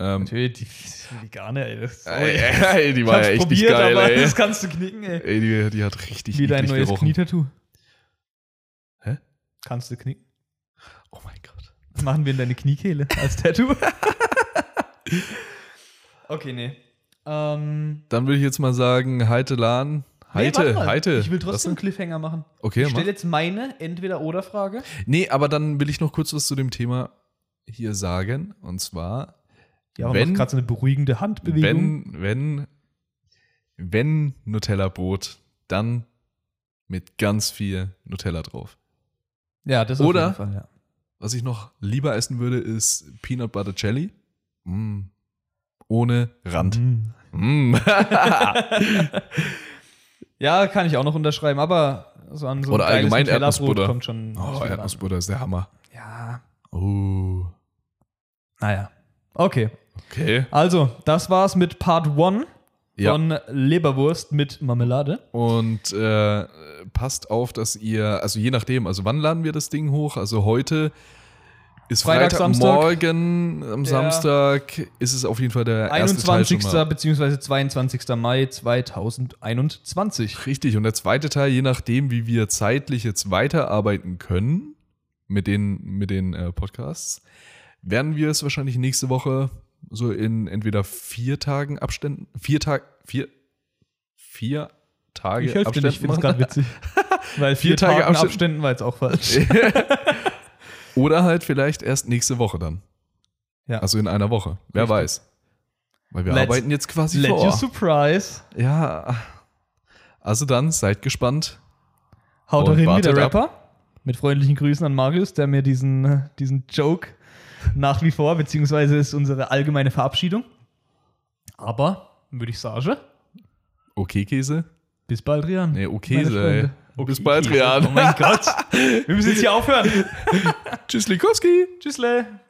S1: Ähm,
S2: Natürlich, die, die vegane, ey. Das,
S1: ey,
S2: ich
S1: ey, die war
S2: hab's
S1: ja echt
S2: probiert,
S1: nicht geil,
S2: aber
S1: ey.
S2: das kannst du knicken, ey.
S1: ey die, die hat richtig
S2: Wie dein
S1: eklig
S2: neues
S1: gerochen.
S2: Knietattoo.
S1: Hä?
S2: Kannst du knicken.
S1: Oh mein Gott.
S2: Das machen wir in deine Kniekehle als Tattoo. okay, nee. Ähm,
S1: Dann würde ich jetzt mal sagen, Heite Lahn. Heite,
S2: warte mal.
S1: Heite.
S2: Ich will
S1: Was denn?
S2: trotzdem einen Cliffhanger machen.
S1: Okay,
S2: ich
S1: mach.
S2: stelle jetzt meine Entweder-Oder-Frage.
S1: Nee, aber dann will ich noch kurz was zu dem Thema hier sagen. Und zwar,
S2: Ja,
S1: Wenn-
S2: wenn gerade so eine beruhigende Handbewegung.
S1: wenn, wenn, wenn Nutella-Brot, dann mit ganz viel Nutella drauf.
S2: ja, das
S1: Oder-
S2: Fall, ja.
S1: Was ich noch lieber essen würde, ist Peanut Butter Jelly. Mm. Ohne Rand.
S2: Mhm.
S1: Mm.
S2: Ja, kann ich auch noch unterschreiben, aber so an so
S1: Oder
S2: geiles
S1: allgemein
S2: Nutella-Brot
S1: Erdnussbutter.
S2: kommt schon.
S1: oh,
S2: schon
S1: Erdnussbutter ist der Hammer.
S2: ran. Ja,
S1: Oh.
S2: naja. Okay,
S1: Okay.
S2: also, das war's mit Part 1
S1: Ja.
S2: von Leberwurst mit Marmelade.
S1: Und äh, passt auf, dass ihr, also je nachdem, also wann laden wir das Ding hoch? Also heute ist
S2: Freitag,
S1: Freitag,
S2: Samstag.
S1: morgen am
S2: Ja.
S1: Samstag ist es auf jeden Fall der erste Teil schon
S2: 21.
S1: mal.
S2: bzw. 22. Mai 2021.
S1: Richtig, und der zweite Teil, je nachdem, wie wir zeitlich jetzt weiterarbeiten können mit den, mit den äh, Podcasts, werden wir es wahrscheinlich nächste Woche so in entweder vier Tagen Abständen, vier Tage, vier, vier Tage
S2: Ich helfe dir nicht, ich finde es gerade
S1: machen.
S2: witzig. Weil vier,
S1: Vier Tage
S2: Tage
S1: Abständen-
S2: Abständen war jetzt auch falsch.
S1: Oder halt vielleicht erst nächste Woche dann.
S2: Ja.
S1: Also in einer Woche. Wer
S2: Richtig.
S1: weiß. Weil wir
S2: Let's-
S1: arbeiten jetzt quasi
S2: Let you
S1: vor.
S2: surprise.
S1: Ja. Also dann, seid gespannt.
S2: Haut
S1: Und
S2: doch hin wie der
S1: wartet ab.
S2: Rapper. Mit freundlichen Grüßen an Marius, der mir diesen, äh, diesen Joke nach wie vor, beziehungsweise ist unsere allgemeine Verabschiedung. Aber, würde ich sagen,
S1: Okay, Käse.
S2: bis bald, Rian.
S1: Nee, okay,
S2: meine
S1: ey.
S2: Freunde.
S1: Bis bald,
S2: Käse.
S1: Rian.
S2: Oh mein Gott. Wir müssen jetzt hier aufhören.
S1: Tschüss, Likowski.
S2: Tschüssle.